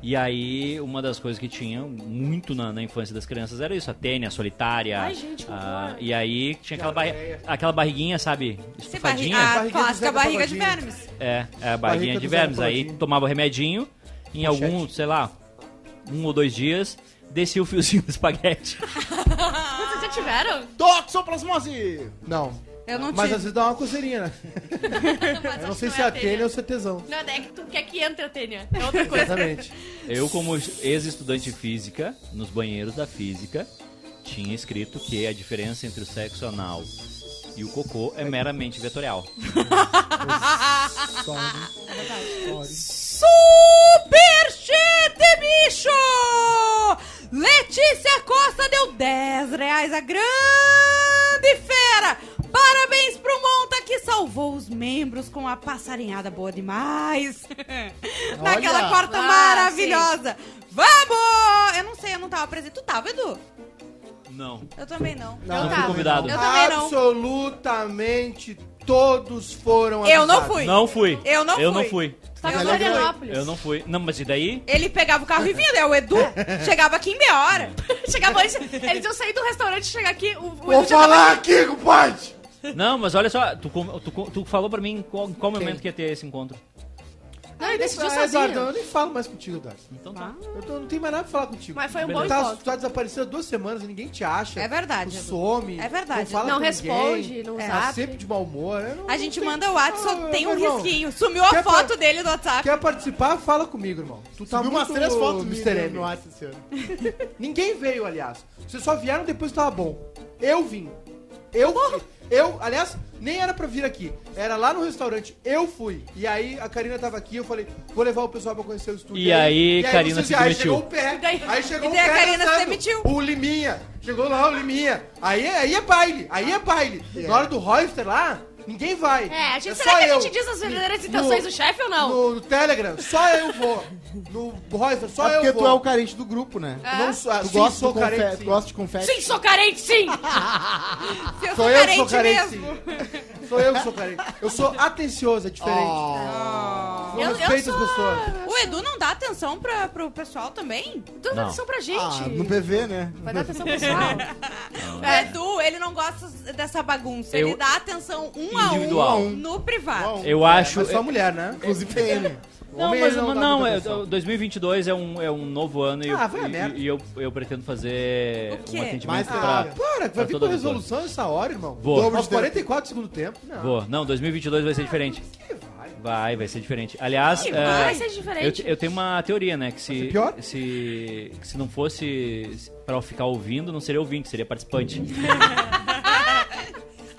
e aí, uma das coisas que tinha muito na, na infância das crianças era isso: a tênia, a solitária. Ai, gente, que a- horror. E aí tinha aquela, barri- aquela barriguinha, sabe? Você barriga, Estufadinha. Ah, a Barriga do clássica Zeca barriga de Pagodinho. vermes. É, é a Barriga barriguinha do então de tá Zé vermes. Aí Pagodinho. tomava o remedinho, em algum, sei lá, um ou dois dias, descia o fiozinho do espaguete. Vocês já tiveram? Toxoplasmose! Não. Eu não Mas tive. às vezes dá uma coceirinha, né? Mas Eu não acho sei que se é a telha ou se é tesão. Não, é que tu quer que entre a tênia. É outra coisa. Exatamente. Eu, como ex-estudante de física, nos banheiros da física, tinha escrito que a diferença entre o sexo anal e o cocô é meramente vetorial. Superchat, bicho! Letícia Costa deu 10 reais a grande fera! Parabéns pro Monta que salvou os membros com a passarinhada boa demais! Naquela quarta Ah, maravilhosa! Vamos! Eu não sei, eu não tava presente. Tu tava, Edu? Não. Eu também não. Não, fui tá. convidado. Então Eu também não. Absolutamente todos foram Eu não avisados. fui. Não fui. Eu não Eu fui. não fui. Tá Eu em não né? fui. Florianópolis. Eu não fui. Não, mas e daí? Ele pegava o carro e vinha, daí o Edu chegava aqui em meia hora. Chegava antes, eles iam sair do restaurante chegar aqui, o, o Vou Edu já tava- falar aqui, compadre! Não, mas olha só, tu, com- tu, com- tu falou pra mim em qual, em qual momento que ia ter esse encontro. Não, ele decidiu Ah, Eduardo, sozinho. eu nem falo mais contigo, Eduardo. Então tá. Ah, Eu tô- não tenho mais nada pra falar contigo. Mas foi um bom Beleza. tá, encontro. tu tá desaparecido há duas semanas e ninguém te acha. É verdade, Tu Edu. some. É verdade. Não, fala Não com responde, ninguém, não Tá zap. sempre de mau humor. eu não- A gente não tem- manda o WhatsApp, só Ah, tem um meu irmão, risquinho. Sumiu a Quer pra- foto dele do WhatsApp. Quer participar? Fala comigo, irmão. Tu tá Subiu muito umas três fotos Mr. minhas M. no WhatsApp esse ano. Ninguém veio, aliás. Vocês só vieram depois que tava bom. Eu vim. Eu Eu, aliás, nem era pra vir aqui. Era lá no restaurante. Eu fui. E aí a Karina tava aqui, eu falei, vou levar o pessoal pra conhecer o estúdio. E aí, Karina vocês- se aí demitiu. chegou o pé. daí- Aí chegou o e daí pé. a Karina se dançando. demitiu. O Liminha. Chegou lá o Liminha. Aí, aí é baile. Aí é baile. Na hora do Royster lá, ninguém vai. É, a gente, é será só que a eu. gente diz as verdadeiras No- intenções do chefe ou não? No, no Telegram, só eu vou. No Royster, só é eu porque vou. tu é o carente do grupo, né? Não sou, Ah, Tu, tu gosta gosta sou do confe- carente. tu sim. gosta de confete? Sim, sou carente, sim! Se eu sou, Sou eu que carente, sou carente. mesmo. sim. Sou eu que sou carente. Eu sou atencioso, é diferente. Ah, Eu, Eu- eu respeito sou- as pessoas. O Edu não dá atenção pra, pro pessoal também? Dá Não. atenção pra gente. Ah, no PV, né? Vai dar atenção pro pessoal. O É, Edu, ele não gosta dessa bagunça. Ele Eu- dá atenção um a Individual. um no privado. Eu acho. É, mas só mulher, né? Inclusive PM. Não, Homem, mas ele não, dá não, muita é- atenção. 2022 é um, é um novo ano e, tá Ah, eu, vai a e- merda. e eu, eu pretendo fazer O quê? um atendimento Mais pra. terapia. Para, que Tá vai vir toda com resolução essa hora, irmão. Vou. Aos 44 segundos do tempo. Não. Vou. Não, 2022 vai ser diferente. Que vai. Vai, vai ser diferente. Aliás, é, Vai ser diferente. eu, eu tenho uma teoria, né? Que se, ser pior? se que se não fosse se- pra eu ficar ouvindo, não seria ouvinte, seria participante. Uhum.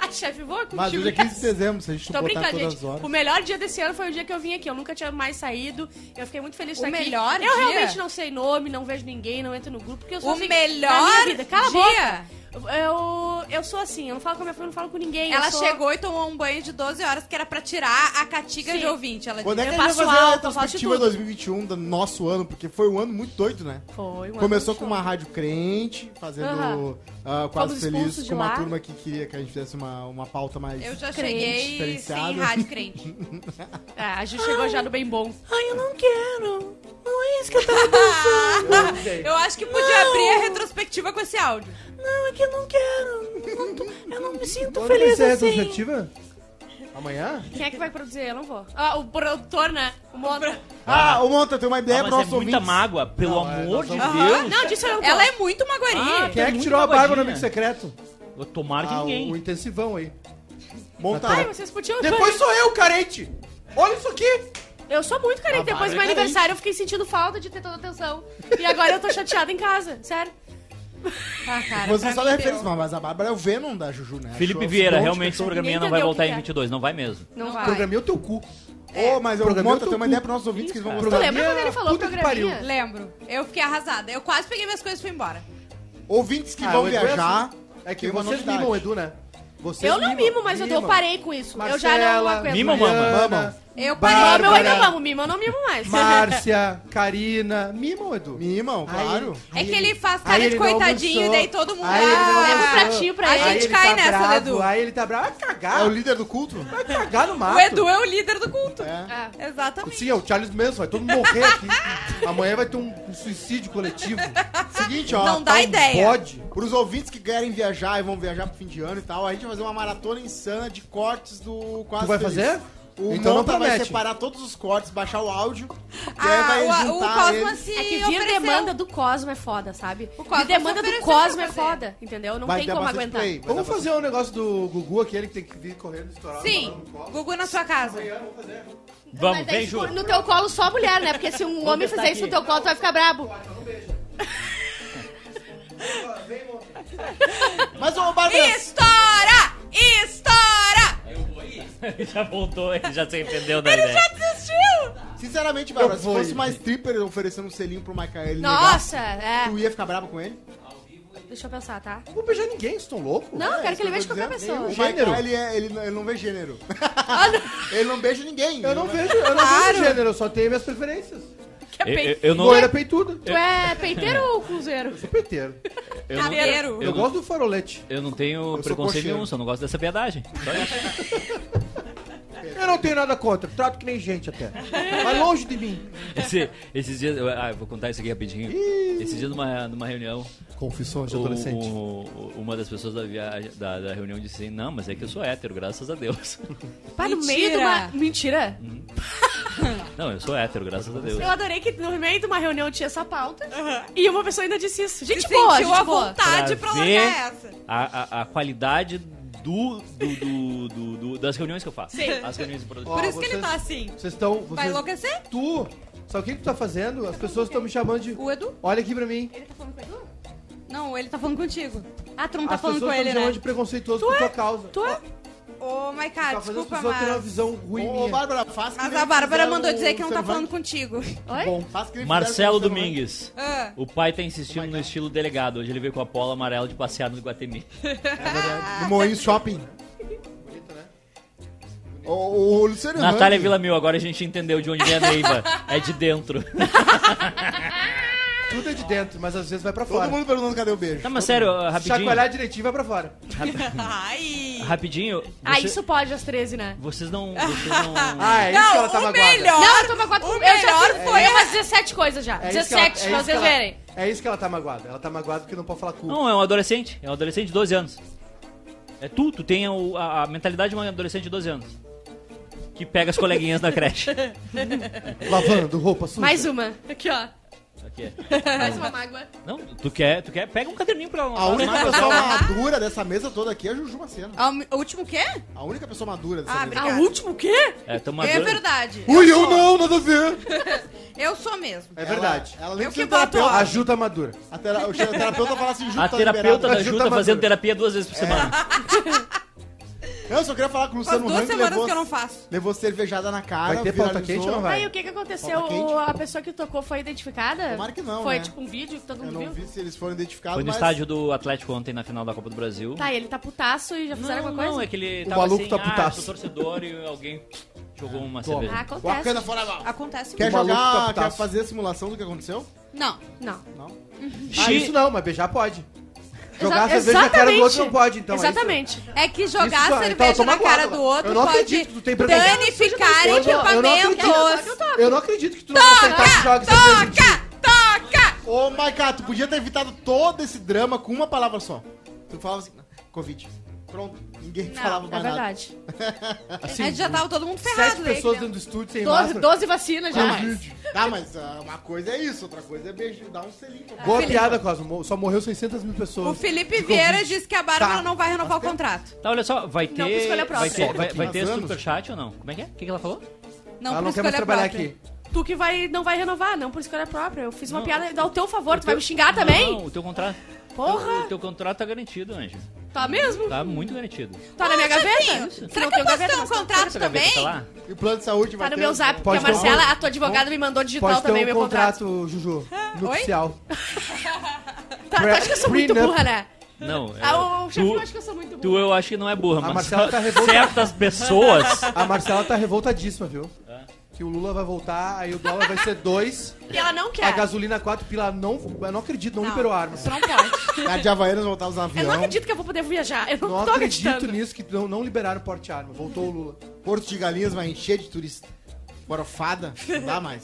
A Ah, chefe voa contigo. Mas hoje é 15 de dezembro, se a gente Tô não botar brincando, todas as gente. O horas. melhor dia desse ano foi o dia que eu vim aqui. Eu nunca tinha mais saído. Eu fiquei muito feliz de O estar aqui. melhor Eu dia? realmente não sei nome, não vejo ninguém, não entro no grupo, porque eu sou O assim, melhor na minha vida. Cala a dia? boca. Eu, eu sou assim, eu não falo com a minha família, não falo com ninguém. eu Ela sou- chegou e tomou um banho de 12 horas, que era pra tirar a catiga Sim. de ouvinte. Ela Quando é disse. que a Eu gente vai passo fazer a alto, eu faço de retrospectiva tudo. 2021 do nosso ano? Porque foi um ano muito doido, né? Foi, um ano Começou de com show. uma rádio crente, fazendo Aham. ah, Quase Fomos expulsos Feliz, de com uma lá. turma que queria que a gente fizesse uma, uma pauta mais... Eu já Crente, cheguei sem é diferenciado. rádio crente. É, a gente chegou já no bem bom. Ai, eu não quero. Não é isso que eu tava pensando. eu acho que podia abrir a retrospectiva com esse áudio. Não, é que eu não quero. eu não me sinto Quando assim. vai ser a assim. retrospectiva? Amanhã? Quem é que vai produzir? Eu não vou. Ah, o produtor, né? O Mota. Ah, ô Monta, tem uma Ah, ideia mas pro é nosso muita ouvinte. mágoa, pelo é amor de vamos- Deus. Ah, Não, disso eu não tô. Ela é muito maguari. Ah, Quem é que muito tirou a barba no babadinha. amigo secreto? Eu- Tomara que Ah, ninguém. o, o intensivão aí. Monta, Tá. Ai, vocês podiam... Depois sou eu, carente! Olha isso aqui! Eu sou muito carente. Ah, Depois do vai, meu carente. aniversário, eu fiquei sentindo falta de ter toda a atenção. E agora eu tô chateada em casa, sério. Ah, cara, é você pra só mim dá referência, deu. mas a Bárbara é o Venom da Juju, né? Felipe Achou- Vieira, achou- realmente essa programinha Ninguém não vai entendeu voltar o que em é. 22, não vai mesmo. Não vai. Programei o teu cu. É. Ô, mas o Programei Monta, teu tem uma cu. ideia pro nosso ouvinte que eles vão Isso, Tu programar. lembra quando ele falou é Puta que programinha? Lembro. Eu fiquei arrasada. Eu quase peguei minhas coisas e fui embora. Ouvintes que Ah, vão o Edu é viajar. assim. É que tem uma vocês novidade. mimam o Edu, né? Vocês Eu não mimo, mas eu, tô- eu mimam. parei com isso. eu já não Marcela, aguento. Mima, mama? Mariana, Mama, eu Eu parei. Bárbara. ainda amo, mima eu não mimo mais. Márcia, Karina. Mimam o Edu. Mimam, Aí- claro. É que ele faz Aí cara ele de não coitadinho e almoçou. daí todo mundo. Aí ele não Ah, Leva um almoçou. pratinho pra A ele. gente ele cai tá nessa, né, bravo, Edu. Aí ele tá bravo. Vai É Ah. cagar. o líder do culto? Vai cagar no mato. O Edu é o líder do culto. É. Ah. Exatamente. Sim, é o Charles Manson. Vai todo mundo morrer aqui. Amanhã vai ter um, um suicídio coletivo. Seguinte, ó. então, Não dá ideia. Pode. Pros ouvintes que querem viajar e vão viajar pro fim de ano e tal, a gente vai fazer uma maratona insana de cortes do Quase Tu vai Feliz. fazer? O Então não Monta vai promete. separar todos os cortes, baixar o áudio. e aí Ah, vai o, o juntar Cosma eles. se É que vir ofereceu. demanda do Cosmo é foda, sabe? O Cosmo Vir demanda do ofereceu Cosmo pra é fazer. foda, entendeu? Não Vai tem ter como bastante aguentar. play, vai Vamos dar fazer um negócio do Gugu, aquele que tem que vir correndo, estourar. Sim, Gugu na sua casa. Amanhã vamos fazer. Vamos, Mas daí, vem, Ju. tipo, No teu colo só mulher, né? Porque se um homem testar fizer isso no aqui. teu colo, tu vai ficar brabo. Mas, ô, Bárbara, Estoura! Estoura! Ele já voltou, ele já se entendeu da ideia. Desistiu! sinceramente, Bárbara, se vou fosse ir. mais stripper oferecendo um selinho pro Michael ele negar, Nossa, é. tu ia ficar brabo com ele? Deixa eu pensar, tá? Não vou beijar ninguém, vocês estão loucos? É, Não, eu quero que ele veja veja qualquer pessoa. Ah, O Gênero. Michael, ele, é- ele, não- ele não vê gênero. ele não beija ninguém. né? Eu não vejo, eu não Claro. vejo gênero, eu só tenho minhas preferências. Que Eu, eu- peito. eu não. Loira peituda. Tu é peiteiro ou cruzeiro? Sou peiteiro. Eu não, Cadeiro. Eu, eu não- gosto do farolete. eu não tenho sou preconceito cocheiro. nenhum, só não gosto dessa piedade. Só isso. Eu não tenho nada contra, trato que nem gente até. Mas longe de mim. Esse- esses dias. eu- Ah, eu vou contar isso aqui rapidinho. Esses dias numa, numa reunião, Confissões de o- adolescente. o- uma das pessoas da, viagem, da, da reunião disse assim: Não, mas é que eu sou hétero, graças a Deus. Pá, no Mentira. meio de uma. Mentira! Não, eu sou hétero, graças a Deus. Eu adorei que no meio de uma reunião tinha essa pauta e uma pessoa ainda disse isso. Gente Se boa, sentiu gente à boa. vontade pra, ver largar é essa. A, a, a qualidade do, do- do- do- do- das reuniões que eu faço. Sim. As reuniões de produção. Por Ó, isso que ele vocês- tá assim. Vocês estão. Vai Vocês... enlouquecer? Tu, sabe o que, que tu tá fazendo? As pessoas estão me chamando de. O Edu? Olha aqui pra mim. Ele tá falando com o Edu? Não, ele tá falando contigo. Ah, tu não tá As pessoas falando com estão me ele, chamando né? de preconceituoso por tua causa. Tu é? Ô, Maiká, Tá fazendo as Ah, desculpa, pessoas terem uma mas... visão ruim. Ô, minha. Bárbara, faz que Mas nem a Bárbara fizeram um mandou o dizer que não tá Cervantes. falando contigo. Oi? Bom, faz que nem fizeram Marcelo o Cervantes. Domingues. Ah, O pai tá Oh insistindo no estilo delegado. Hoje ele veio com a pola amarela de passear no Guatemi. Ah, No Moinho tá. Shopping. O, o Luciano Natália Hang, Villamil, agora a gente entendeu de onde é a Neiva. é de dentro. Tudo é de dentro, mas às vezes vai pra Todo fora. mundo perguntando cadê o beijo. Não, mas sério, rapidinho. Chacoalhar direitinho vai é pra fora. Ai... Rapidinho. Ah, você- isso pode às 13, né? Vocês não. Vocês não... Ah, é isso que ela tá Não, um o magoada. melhor... Não, toma quatro. O um eu já melhor fiz, foi- eu faço 17 coisas já. É isso que ela- 17, é pra isso que vocês ela- verem. É isso que ela tá magoada. Ela tá magoada porque não pode falar cu. Não, é um adolescente. É um adolescente de 12 anos. É tu, tu tem o- a, a mentalidade de um adolescente de 12 anos. Que pega as coleguinhas da creche. Lavando roupa suja. Mais uma. Ah, Aqui, ó. Aqui é. Mais uma mágoa. Não, tu quer, tu quer, pega um caderninho pra A ela. única pessoa tá madura dessa mesa toda aqui é a Juju Macena. Ah, o último quê? A única pessoa madura dessa Ah, mesa. brincadeira. A última o quê? É, tamo É adorando. verdade. Ui, eu não, nada a ver. Eu sou mesmo. É verdade. Ela, ela nem Eu precisa que de boto terapeuta. A Ju tá madura. A tera- o terapeuta fala assim, Ju, A tá terapeuta liberada. da Ju Ju tá tá fazendo madura. terapia duas vezes por semana. Eu só queria falar É, que o Faz Luciano duas Hang semanas levou, que eu não faço. levou cervejada na cara. Vai ter pauta quente ou não vai? Ah, Aí o que que aconteceu? Falta quente. O- a pessoa que tocou foi identificada? Tomara que não, Foi né? tipo um vídeo que todo Eu mundo não vi viu? se eles foram identificados, Foi no mas estádio do Atlético ontem na final da Copa do Brasil. Tá, e ele tá putaço e já não, fizeram alguma coisa? não, é que ele O tava maluco assim, tá ah, putaço." sou torcedor e alguém jogou uma Toma. cerveja. Ah, o acontece. Arcana fora mal. Acontece Quer muito. maluco tá jogar, putaço. quer fazer a simulação do que aconteceu? Não. Não. Não. Ah, Chi- isso não, mas beijar pode. Exa- Jogar cerveja na cara do outro não exatamente. pode, então. é isso. Exatamente. É que jogar Isso, a então, cerveja toma na cara guarda. do Eu outro não pode acredito que tu tem preconceito. danificar Eu não- eu não equipamentos. acredito. tá Eu não acredito que tu não vai aceitar que joga cerveja. em ti. Ah, toca! Ô, Maiká, tu podia ter evitado todo esse drama com uma palavra só. Tu falava assim, Covid. Pronto. Ninguém falava É mais nada. verdade. A gente já tava todo mundo ferrado Assim, né? Sete daí. pessoas dentro do estúdio sem Doze, máscara. um doze vacinas já. Tá, mas ah, uma coisa é isso, outra coisa é beijo, dar um selinho. pra- Boa Felipe. piada, Cosmo. Só morreu 600 mil O pessoas. Felipe Vieira disse que a Bárbara Tá. não vai renovar o contrato. Tá, olha só, vai Não, por ter. vai escolha própria. ter, vai, vai Mas ter anos? superchat ou não? Como é que é? O que, que ela falou? Não, Ela por Ah, não quer mais escolha trabalhar própria. aqui. Tu que vai, não vai renovar, não por escolha própria. Eu fiz uma Não. piada ao teu favor, tu O vai teu- me xingar também? Não, o teu contrato. Porra! O teu contrato tá garantido, Anjo. Tá mesmo? Tá, Tá muito garantido. na Ô, minha Jefinho, gaveta? será Não que eu tenho posso gaveta, ter um mas tá- contrato Essa gaveta também? Tá lá? E o plano de saúde vai Tá no ter meu um- zap, porque Pode a ter um- Marcela, a tua advogada, me mandou digital Pode ter também o um meu contrato. contrato, Juju. No Oi? oficial. Tá, tu acha que eu sou muito Prenup. burra, né? Não, é. Ah, o chefinho tu- acha que eu sou muito Tu burra. eu acho que não é burra, mas Marcela tá revoltada. certas pessoas. A Marcela tá revoltadíssima, viu? Que o Lula vai voltar, aí o dólar vai ser dois. E ela não quer. A gasolina 4 pila não. Eu não acredito, não, Não. liberou a arma. Isso não pode. Tá de Havaianas voltar os Eu não aviões. acredito que eu vou poder viajar. Eu não, Não tô acredito acreditando. nisso que não, não liberaram o porte de arma. Voltou o Lula. Porto de Galinhas vai encher de turista. Borofada, não dá mais.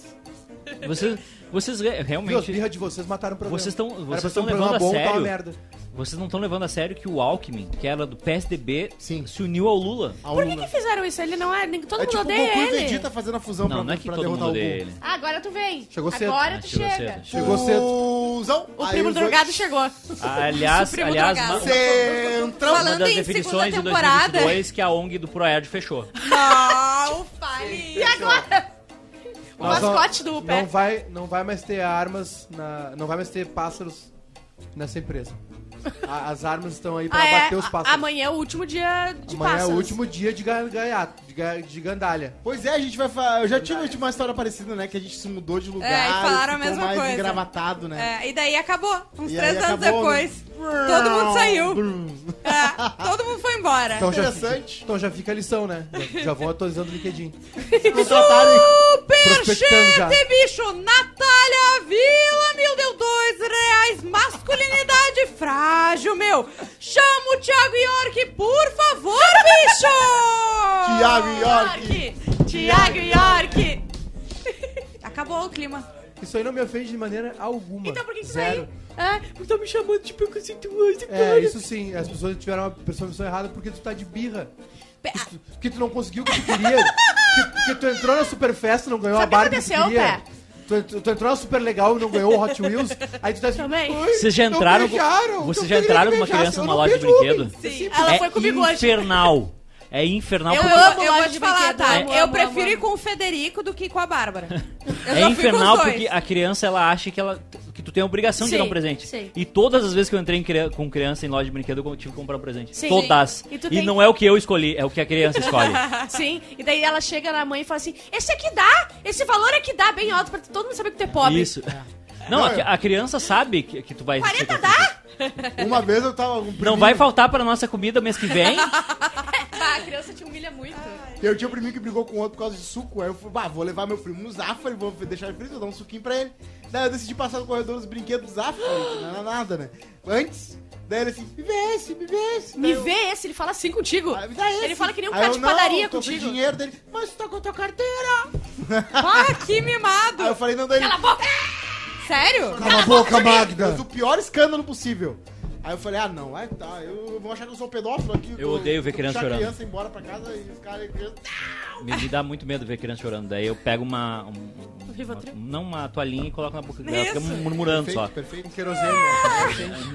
Vocês, vocês re- Viu, as realmente. birras de vocês mataram o programa. Vocês tão- Era vocês pra ser tão programa levando a tá uma sério? merda. Vocês não estão levando a sério que o Alckmin, que era do PSDB, Sim. se uniu ao Lula. A Por que, Lula. que fizeram isso? Ele não é. nem- É Todo mundo tipo o Goku odeia e ele. Vegeta fazendo a fusão Não, pra, não é que pra todo derrotar mundo o Goku. odeia ele. Ah, agora tu vem. Chegou cedo. Agora Ah, tu chegou chega. cedo. Chegou cedo. Fusão. O Aí primo os dois- drogado chegou. Aliás, Supremo aliás drogado. uma, Centrão. uma Falando das em segunda definições de temporada. 2022 que a ONG do Proerd fechou. Não, fale. E agora? O Nós vamos- mascote do pé. Não vai, não vai mais ter armas, na, não vai mais ter pássaros nessa empresa. A- as armas estão aí pra Ah, é. bater os A- pássaros. Amanhã é o último dia de Amanhã é pássaros. o último dia de, ga- gaiato, de, ga- de gandalha. Pois é, a gente vai falar. Eu já tive uma história parecida, né? Que a gente se mudou de lugar. É, e falaram a ficou mesma mais coisa. engravatado, né? É, e daí acabou. Uns E três aí anos acabou, depois. né? Todo mundo saiu. Brum. É, todo mundo foi embora. Então já, Interessante. então já fica a lição, né? Já, já vão atualizando o LinkedIn. Contrataram Prospectando já. Superchete, bicho! Natália Vila, meu, deu dois reais. Masculinidade frágil, meu. Chama o Thiago York, por favor, bicho! Thiago York. York! Tiago York! Acabou o clima. Isso aí não me ofende de maneira alguma. Então por que que isso Zero. daí? Ah, tu tá me chamando de preconceituosa, É, cara. isso sim. As pessoas tiveram uma percepção errada porque tu tá de birra. Pe- Que tu, que tu não conseguiu o que tu queria. que, que tu entrou na super festa e não ganhou Sabe a o que Barbie que tu aconteceu, queria. Pé? Tu, tu- tu entrou na super legal e não ganhou o Hot Wheels. Aí tu tá assim, Também. "Ai, Vocês já não entraram com- beijaram, vocês eu já queria que entraram com uma beijasse, criança eu numa não loja de beijo homem." brinquedo? Sim. Ela é foi comigo hoje. infernal. É infernal. Eu porque- Eu, amo eu loja vou de te falar, brinquedo, tá? amo, eu amo, prefiro amo. ir com o Federico do que com a Bárbara. Eu É só fui com infernal os dois. porque a criança ela acha que ela que tu tem a obrigação de Sim, dar um presente. sim. E todas as vezes que eu entrei em cria- com criança em loja de brinquedo, eu tive que comprar um presente. Sim. Todas. E E, tu tem- não é o que eu escolhi, é o que a criança escolhe. Sim, e daí ela chega na mãe e fala assim: Esse aqui dá, esse valor é que dá bem alto pra todo mundo saber que tu é pobre. Isso. Não, a, a criança sabe que, que tu vai. 40 ser- dá? Uma vez eu tava. Um Não priminho- vai faltar pra nossa comida mês que vem. Ah, a criança te humilha muito. Eu tinha um priminho que brigou com o outro por causa de suco. Aí eu falei, bah, vou levar meu primo no Zafari, vou deixar ele feliz, vou dar um suquinho pra ele. Daí eu decidi passar no corredor dos brinquedos do Zafari, que não era nada, né? Antes, daí ele assim, me vê esse, me vê esse. Daí Me eu, vê esse, ele fala assim contigo. "Ah, me dá esse." Ele fala que nem um Aí cara eu, de "Não, padaria tô sem contigo. dinheiro dele, mas tu tá com a tua carteira. Ah, que mimado! Aí eu falei, não, daí ele, Cala a boca! Sério? Cala a boca, Magda. Mas o pior escândalo possível. Aí eu falei, ah, não, vai tá, eu eu vou achar que eu sou pedófilo aqui. Eu odeio ver criança puxar chorando. criança embora pra casa e ficar... Me, me dá muito medo ver criança chorando. Daí eu pego uma. um- um- Rivotril? uma- não, uma toalhinha e coloco na boca dela. Fica Isso. murmurando só. perfeito. né?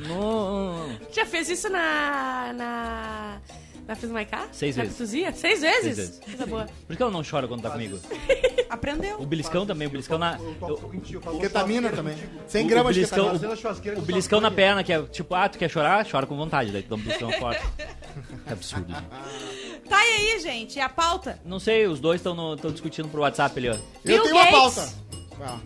No- Já fez isso na. na. Na Fiz Maiká? Seis na vezes. Pituzia? Seis vezes? Seis vezes. Coisa boa. Por que ela não chora quando tá comigo? O Aprendeu. beliscão também, o beliscão na. Eu eu- toco contigo, eu falo, Ketamina "Churrasqueira tá também. contigo." 100 O- o gramas de beliscão- ketamina. Fazendo a Tá, churrasqueira Então, O com beliscão na churrasqueira. perna, que é tipo, ah, tu quer chorar? Chora com vontade. Daí tu dá um beliscão forte. Que absurdo. Tá aí, gente, a pauta. Não sei, os dois estão discutindo pro WhatsApp ali, ó. Eu Bill tenho uma Gates. pauta. Ah,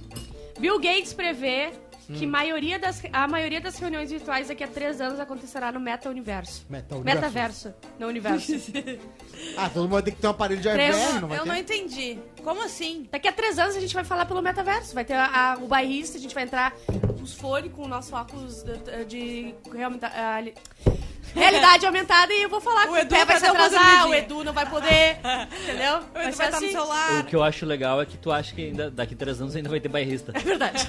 Bill Gates prevê Hum. que maioria das, a maioria das reuniões virtuais daqui a três anos acontecerá no meta-universo. Meta Universo. Metaverso, não universo. Ah, todo mundo vai ter que ter um aparelho de Três- iPhone, não vai Ah, Eu ter? não entendi. Como assim? Daqui a três anos a gente vai falar pelo metaverso. Vai ter a- a- o bairrista, a gente vai entrar os fones com o nosso óculos de, de realita- ah, ali- realidade aumentada e eu vou falar O que o Edu pé vai vai se dar uma atrasar, o dormidinha. Edu não vai poder, entendeu? Eu vai assim? ser assim. estar no celular. O que eu acho legal é que tu acha que ainda, daqui a três anos ainda vai ter bairrista. É verdade.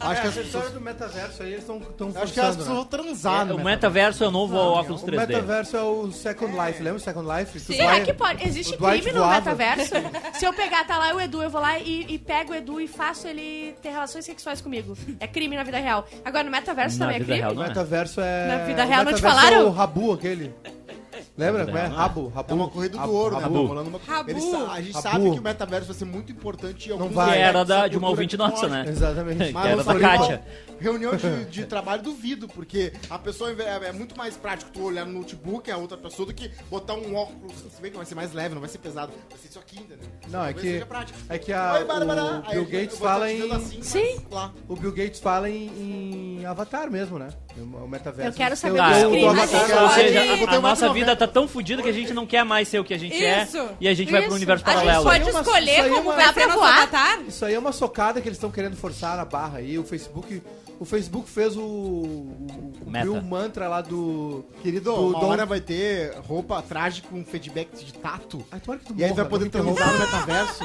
Acho que as essa história pessoas, é do metaverso aí, eles estão acho que é elas forçando, precisam né? transar É, no o metaverso é o novo óculos O 3D. metaverso é o Second Life, lembra o Second Life? Tu Será vai- que pode? Existe o Dwight crime no voava. metaverso? Se eu pegar, tá lá o Edu, eu vou lá e, e pego o Edu e faço ele ter relações sexuais comigo. É crime na vida real. Agora, no metaverso Na também é vida crime? real, O não é? metaverso é. Na vida o real, não te metaverso falaram? É o Rabu aquele. Lembra? Como é? Rabo, Rabu. É uma corrida do Rabu, ouro, né? Rabu. Tá rolando uma- Rabu. Eles sa- a gente Rabu. sabe que o metaverso vai ser muito importante em alguns vai. Que lugares era da- da de uma cultura ouvinte nossa, tecnológica. né? Exatamente. Que era não da foi igual. Kátia. Reunião de, de trabalho, duvido, porque a pessoa é, é muito mais prático tu olhar no notebook a outra pessoa do que botar um óculos. Se bem que vai ser mais leve, não vai ser pesado. Vai ser isso aqui, entendeu? Não, é Talvez que- seja prático. é que a- Oi, Bárbara. o Aí Bill eu- eu Gates vou estar fala te dando em- assim, Sim. mas Lá. O Bill Gates fala em, em Avatar mesmo, né? O metaverso. é Eu quero saber Eu- Tá, dos eu- ou- crimes. eu- eu- Mas é ou, eu ou acho seja, que- Eu vou a ter uma nossa outra vida tá tão fodida que a gente não quer mais ser o que a gente Isso. é e a gente vai pro Isso. universo A gente paralelo. Pode Isso aí é uma- isso escolher aí é como uma- vai ser Dá pra nosso voar? avatar? Isso aí é uma socada que eles estão querendo forçar a barra aí. O Facebook, o Facebook fez o, o, Meta. cumpriu o mantra lá do Querido, do uma Dom- hora vai ter roupa atrás com feedback de tato. Ai, tomara que tu E aí tu morra, vai poder não me interrompa. transar no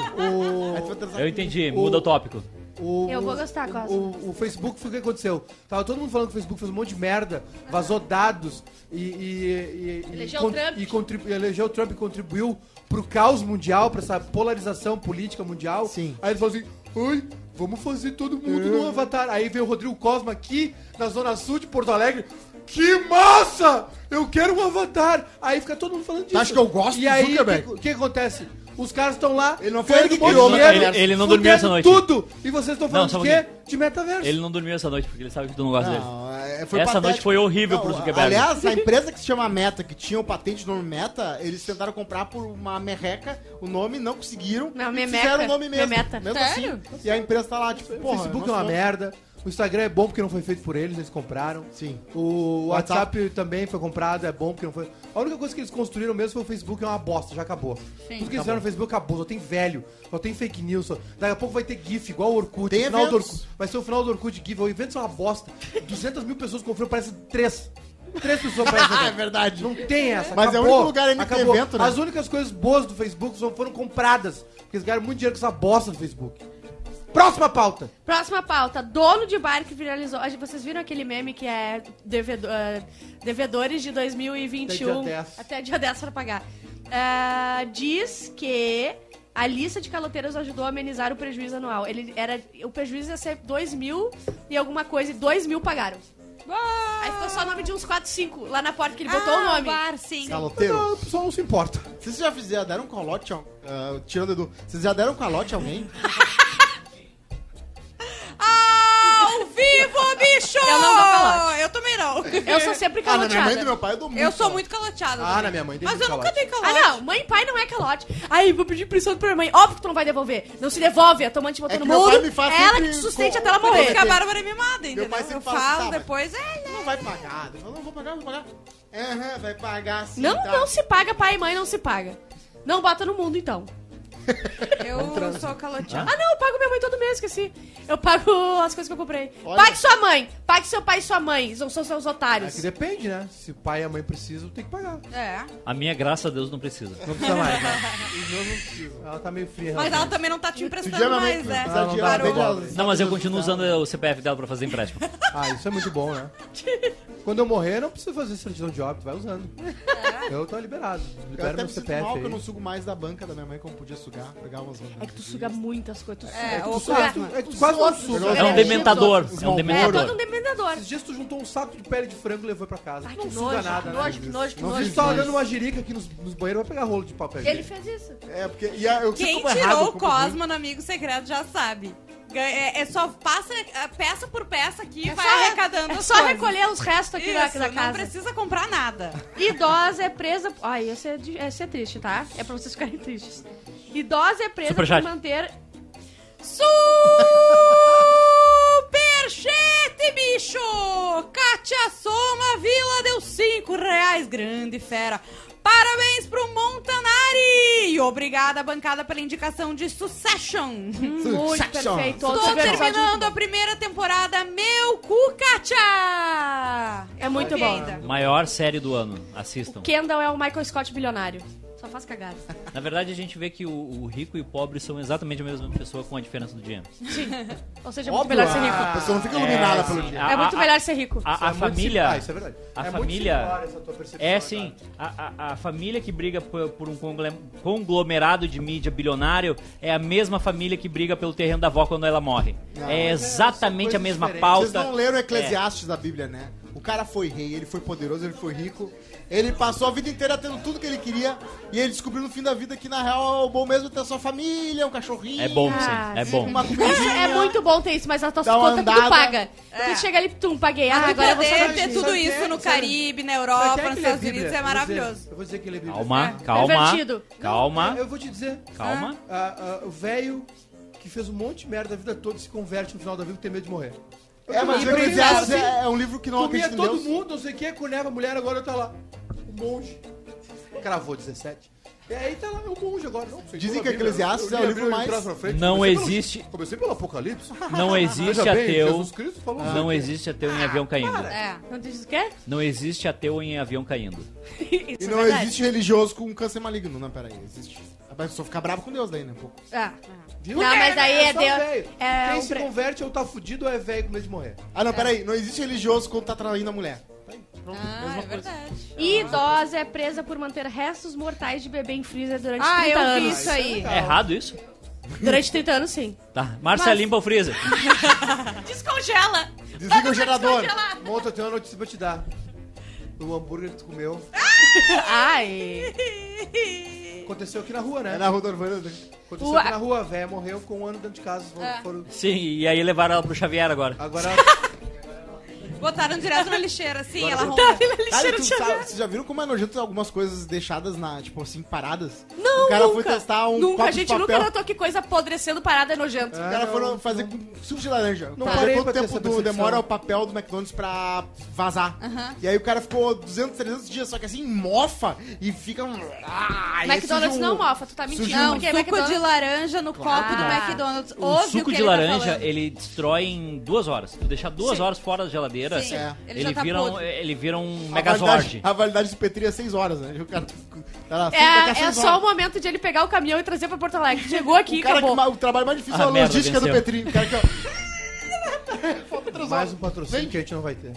metaverso. Aí tu vai transar Eu com- entendi, O- muda o tópico. O- Eu vou gostar, o- Costa. O, o Facebook, foi o que aconteceu? Tava todo mundo falando que o Facebook fez um monte de merda, vazou dados e. e, e- e- Elegeu e o Trump. E contribu- elegeu o Trump e contribuiu pro caos mundial, pra essa polarização política mundial. Sim. É. Aí ele falou assim: ai, vamos fazer todo mundo num avatar. Aí veio o Rodrigo Cosma aqui, na Zona Sul de Porto Alegre. Que massa! Eu quero um avatar! Aí fica todo mundo falando disso. acha que eu gosto E do aí, o Zuckerberg? que, o que acontece? Os caras estão lá. Ele não foi ele ganhando que um monte de criou o dinheiro, metaverso. Ele- ele não dormiu essa fudendo noite. tudo tudo. E vocês estão Não, falando só um de quê? De metaverso. Ele não dormiu essa noite porque ele sabe que tu não gosta dele. Não, é- foi Essa noite foi horrível pro Zuckerberg. Aliás, a empresa que se chama Meta, que tinha o patente do nome Meta, eles tentaram comprar por uma merreca o nome, não conseguiram. Não, e Memeca. Fizeram o nome mesmo. Memeta. mesmo Sério? assim. E a empresa tá lá, tipo, O Facebook é uma merda. O Instagram é bom porque não foi feito por eles, eles compraram. Sim. O WhatsApp. WhatsApp, também foi comprado, é bom porque não foi. A única coisa que eles construíram mesmo foi o Facebook, é uma bosta, já acabou. Tudo que eles fizeram no Facebook acabou, só tem velho, só tem fake news. Só... Daqui a pouco vai ter GIF, igual o Orkut. Tem o final do eventos. Orkut. Vai ser o final do Orkut GIF, o evento é uma bosta. 200 mil pessoas confiram, parece três. Três pessoas parecem. é verdade. Não tem essa. Mas é o acabou, único lugar ainda que tem acabou. evento, né? As únicas coisas boas do Facebook só foram compradas. Porque eles ganharam muito dinheiro com essa bosta do Facebook. Próxima pauta. Próxima pauta. Dono de bar que viralizou. Ah, Vocês viram aquele meme que é devedo- ah, devedores de 2021 Até dia 10. até dia 10 para pagar. Ah, diz que a lista de caloteiros ajudou a amenizar o prejuízo anual. Ele era o prejuízo ia ser 2 mil e alguma coisa e 2 mil pagaram. Aí ficou só o nome de uns 4, 5 lá na porta que ele botou Ah, o nome. Bar, sim. Caloteiro. O pessoal não se importa. Vocês já fizeram, deram um calote, ó, ah, tirando Edu, vocês já deram um calote a alguém? Ao vivo, bicho! Eu não dou calote. Eu também não. Eu sou sempre Ah, na minha mãe e caloteada. do meu pai eu dou muito. Eu sou calote. muito caloteada. Ah, também. na minha mãe dei Mas eu muito nunca dei Ah, calote. não, mãe e pai não é calote. Aí, vou pedir pressão pra minha mãe. Óbvio que tu não vai devolver. Não se devolve, a tua mãe te botou É no que meu muro. pai me faz ela sempre que sustente co- até ela Porque morrer. a Bárbara me mata, entendeu? pai sempre Eu fala, tá, falo mas- depois, é... né? Não vai pagar. Eu falo, não vou pagar, vou pagar. Aham, vai pagar sim. Não, tá. não se paga, pai e mãe não se paga. Não bota no mundo, então. Eu sou caloteada. Ah, não, eu pago minha mãe todo mês, esqueci. Eu pago as coisas que eu comprei. Olha. Pague sua mãe, pague seu pai e sua mãe. Não são seus É otários. que depende, né? Se o pai e a mãe precisam, tem que pagar. É. A minha, graças a Deus, não precisa. Não precisa mais. né? Ela tá meio fria. Mas ela realmente. também não tá te Se dia emprestando minha mãe mais, é. né? precisar de- Parou. ela vende as- Não, mas eu continuo usando o CPF dela pra fazer empréstimo. tá- Ah, isso é muito bom, né? Quando eu morrer, eu não preciso fazer certidão de óbito, vai usando. É. Eu tô liberado. Eu Libera até meu me sinto CPF mal que eu aí. É não sugo mais da banca da minha mãe como podia sugar, pegar umas É que tu suga né? muitas coisas. Tu suga. É, Tu ou suga- suga- tu- é que tu quase não suga. É um dementador. Os É um É, todo dementador. um dementador. Esses dias tu juntou um saco de pele de frango e levou pra casa. Ai, que não nojo, suga nada, que né? nojo, que nojo, que Não A nojo. gente tá olhando uma jirica aqui nos, nos banheiros, vai pegar rolo de papel. Ele fez isso. É, porque. E a- eu sinto Quem como errado, tirou o como ruim. Cosma no Amigo Secreto já sabe. Ganha- É, é só passa é, peça por peça aqui e É vai só- arrecadando É as só coisas. recolher os restos aqui da, Isso, da não casa. precisa comprar nada. Idosa é presa. Ai, esse é, di- esse é triste, tá? É pra vocês ficarem tristes. Idosa é presa Superchat. por manter. Superchete, bicho! Kátia Soma Vila deu 5 reais, grande fera. Parabéns pro Montanari! E obrigada, bancada, pela indicação de Succession. Hum, Muito Succession. perfeito. Tô Outro episódio terminando muito a primeira temporada, meu cu, Kátia! É muito Ok, bom. ainda. Maior série do ano. bom. Assistam. Kendall é o Michael Scott bilionário. Só faz cagada. Na verdade, a gente vê que o, o rico e o pobre são exatamente a mesma pessoa com a diferença do dinheiro. Ou seja, é muito melhor ser A rico. pessoa não fica iluminada É, pelo sim. dia. Ah, É muito ah, melhor ser rico. A, a É muito família. sim- Ah, isso é verdade. a É muito família- singular essa tua percepção, É né, sim, cara? a, a- a família que briga por, por um congle- conglomerado de mídia bilionário é a mesma família que briga pelo terreno da avó quando ela morre. é exatamente a coisas mesma diferentes. Vocês pauta. não leram o Eclesiastes da Bíblia, né? O cara foi rei, ele foi poderoso, ele foi rico. Ele passou a vida inteira tendo tudo que ele queria. E ele descobriu no fim da vida que, na real, o bom mesmo é ter sua família, um cachorrinho. É bom, Ah, sim, é bom. Uma É, comidinha. é muito bom ter isso, mas a tua Dá uma conta tudo andada. paga. É. Tu chega ali, tum, paguei. Ah, Ah, agora eu vou poder só ter tudo Sabe isso quem- no sabe- Caribe, na Sabe Europa, quem nos que lê Estados Unidos, Bíblia? é maravilhoso. Eu vou dizer que ele é Calma, calma, Pervertido. calma, Eu vou te dizer. calma. Ah, ah, o velho que fez um monte de merda a vida toda se converte no final da vida e tem medo de morrer. É, mas o Eu também Eclesiastes pensava né? assim, é, é um livro que não Comia acredita em todo Deus. mundo, não sei o que, cunhava a mulher, agora tá lá. Um monge. Cravou 17. E aí tá lá, é um monge agora. Não, sei, Dizem toda que a Bíblia, Eclesiastes eu é li o a livro Bíblia de mais- trás pra frente, Não comecei pelo- existe- comecei pelo Apocalipse. Ah. Não existe Veja bem, ateu, Jesus Cristo falou não existe ateu em avião caindo. É. Não diz o quê? Não existe ateu em avião caindo. Isso E é não verdade. existe religioso com câncer maligno. Não, peraí, existe. Ah, A pessoa fica brava com Deus daí, né? um pouco. Ah. Viu? Não, mas aí é só um Deus- velho. é Quem um se pre- converte ou tá fudido ou é velho com medo de morrer. Ah, É. não, peraí. Não existe religioso quando tá traindo a mulher. Ah, é verdade. E idosa é presa por manter restos mortais de bebê em freezer durante Ah, 30 eu anos. vi isso aí. Tá. É errado isso? Durante 30 anos, sim. Tá. Márcia, Mas- limpa o freezer. Descongela! Desliga o gerador. Monta, eu tenho uma notícia pra te dar. O hambúrguer que tu comeu Ai. aconteceu aqui na rua, né? É na Rua Urbana. Aconteceu Ua- aqui na rua, a véia morreu, ficou um ano dentro de casa. foram- É. foram- Sim, e aí levaram ela pro Xavier agora. Agora, Botaram direto na lixeira, assim, ela Agora- rompeu. Cara, tu sabe, vocês já viram como é nojento algumas coisas deixadas na, tipo assim, paradas? Não, O cara nunca. foi testar um nunca. copo A de gente papel. Ah, nunca notou que coisa apodrecendo parada é nojento. Os caras foram fazer com suco de laranja. Não Pra parei ver quanto pra ter tempo essa do- percepção. demora o papel do McDonald's pra vazar. Aham. E aí o cara ficou 200, 300 dias, só que assim, mofa e fica... um- Ah, e aí McDonald's surge um- não mofa, tu tá mentindo. Não, porque suco McDonald's... de laranja no copo do Claro. McDonald's. O Ouve suco o que de ele laranja, tá falando. ele destrói em duas horas. Tu deixar duas Sim. horas fora da geladeira, Sim, é. ele já tá vira um, podre. ele vira um A megazord. validade- A validade do Petri é 6 horas, né? O cara tá lá, sempre daqui a É, é seis só o horas. momento de ele pegar o caminhão e trazer pra Porto Alegre. Chegou aqui e o, cara que, acabou. ma- o trabalho mais difícil Ah, é a merda, logística do venceu. Petri. O cara que, ó, mais um patrocínio que a gente não vai ter.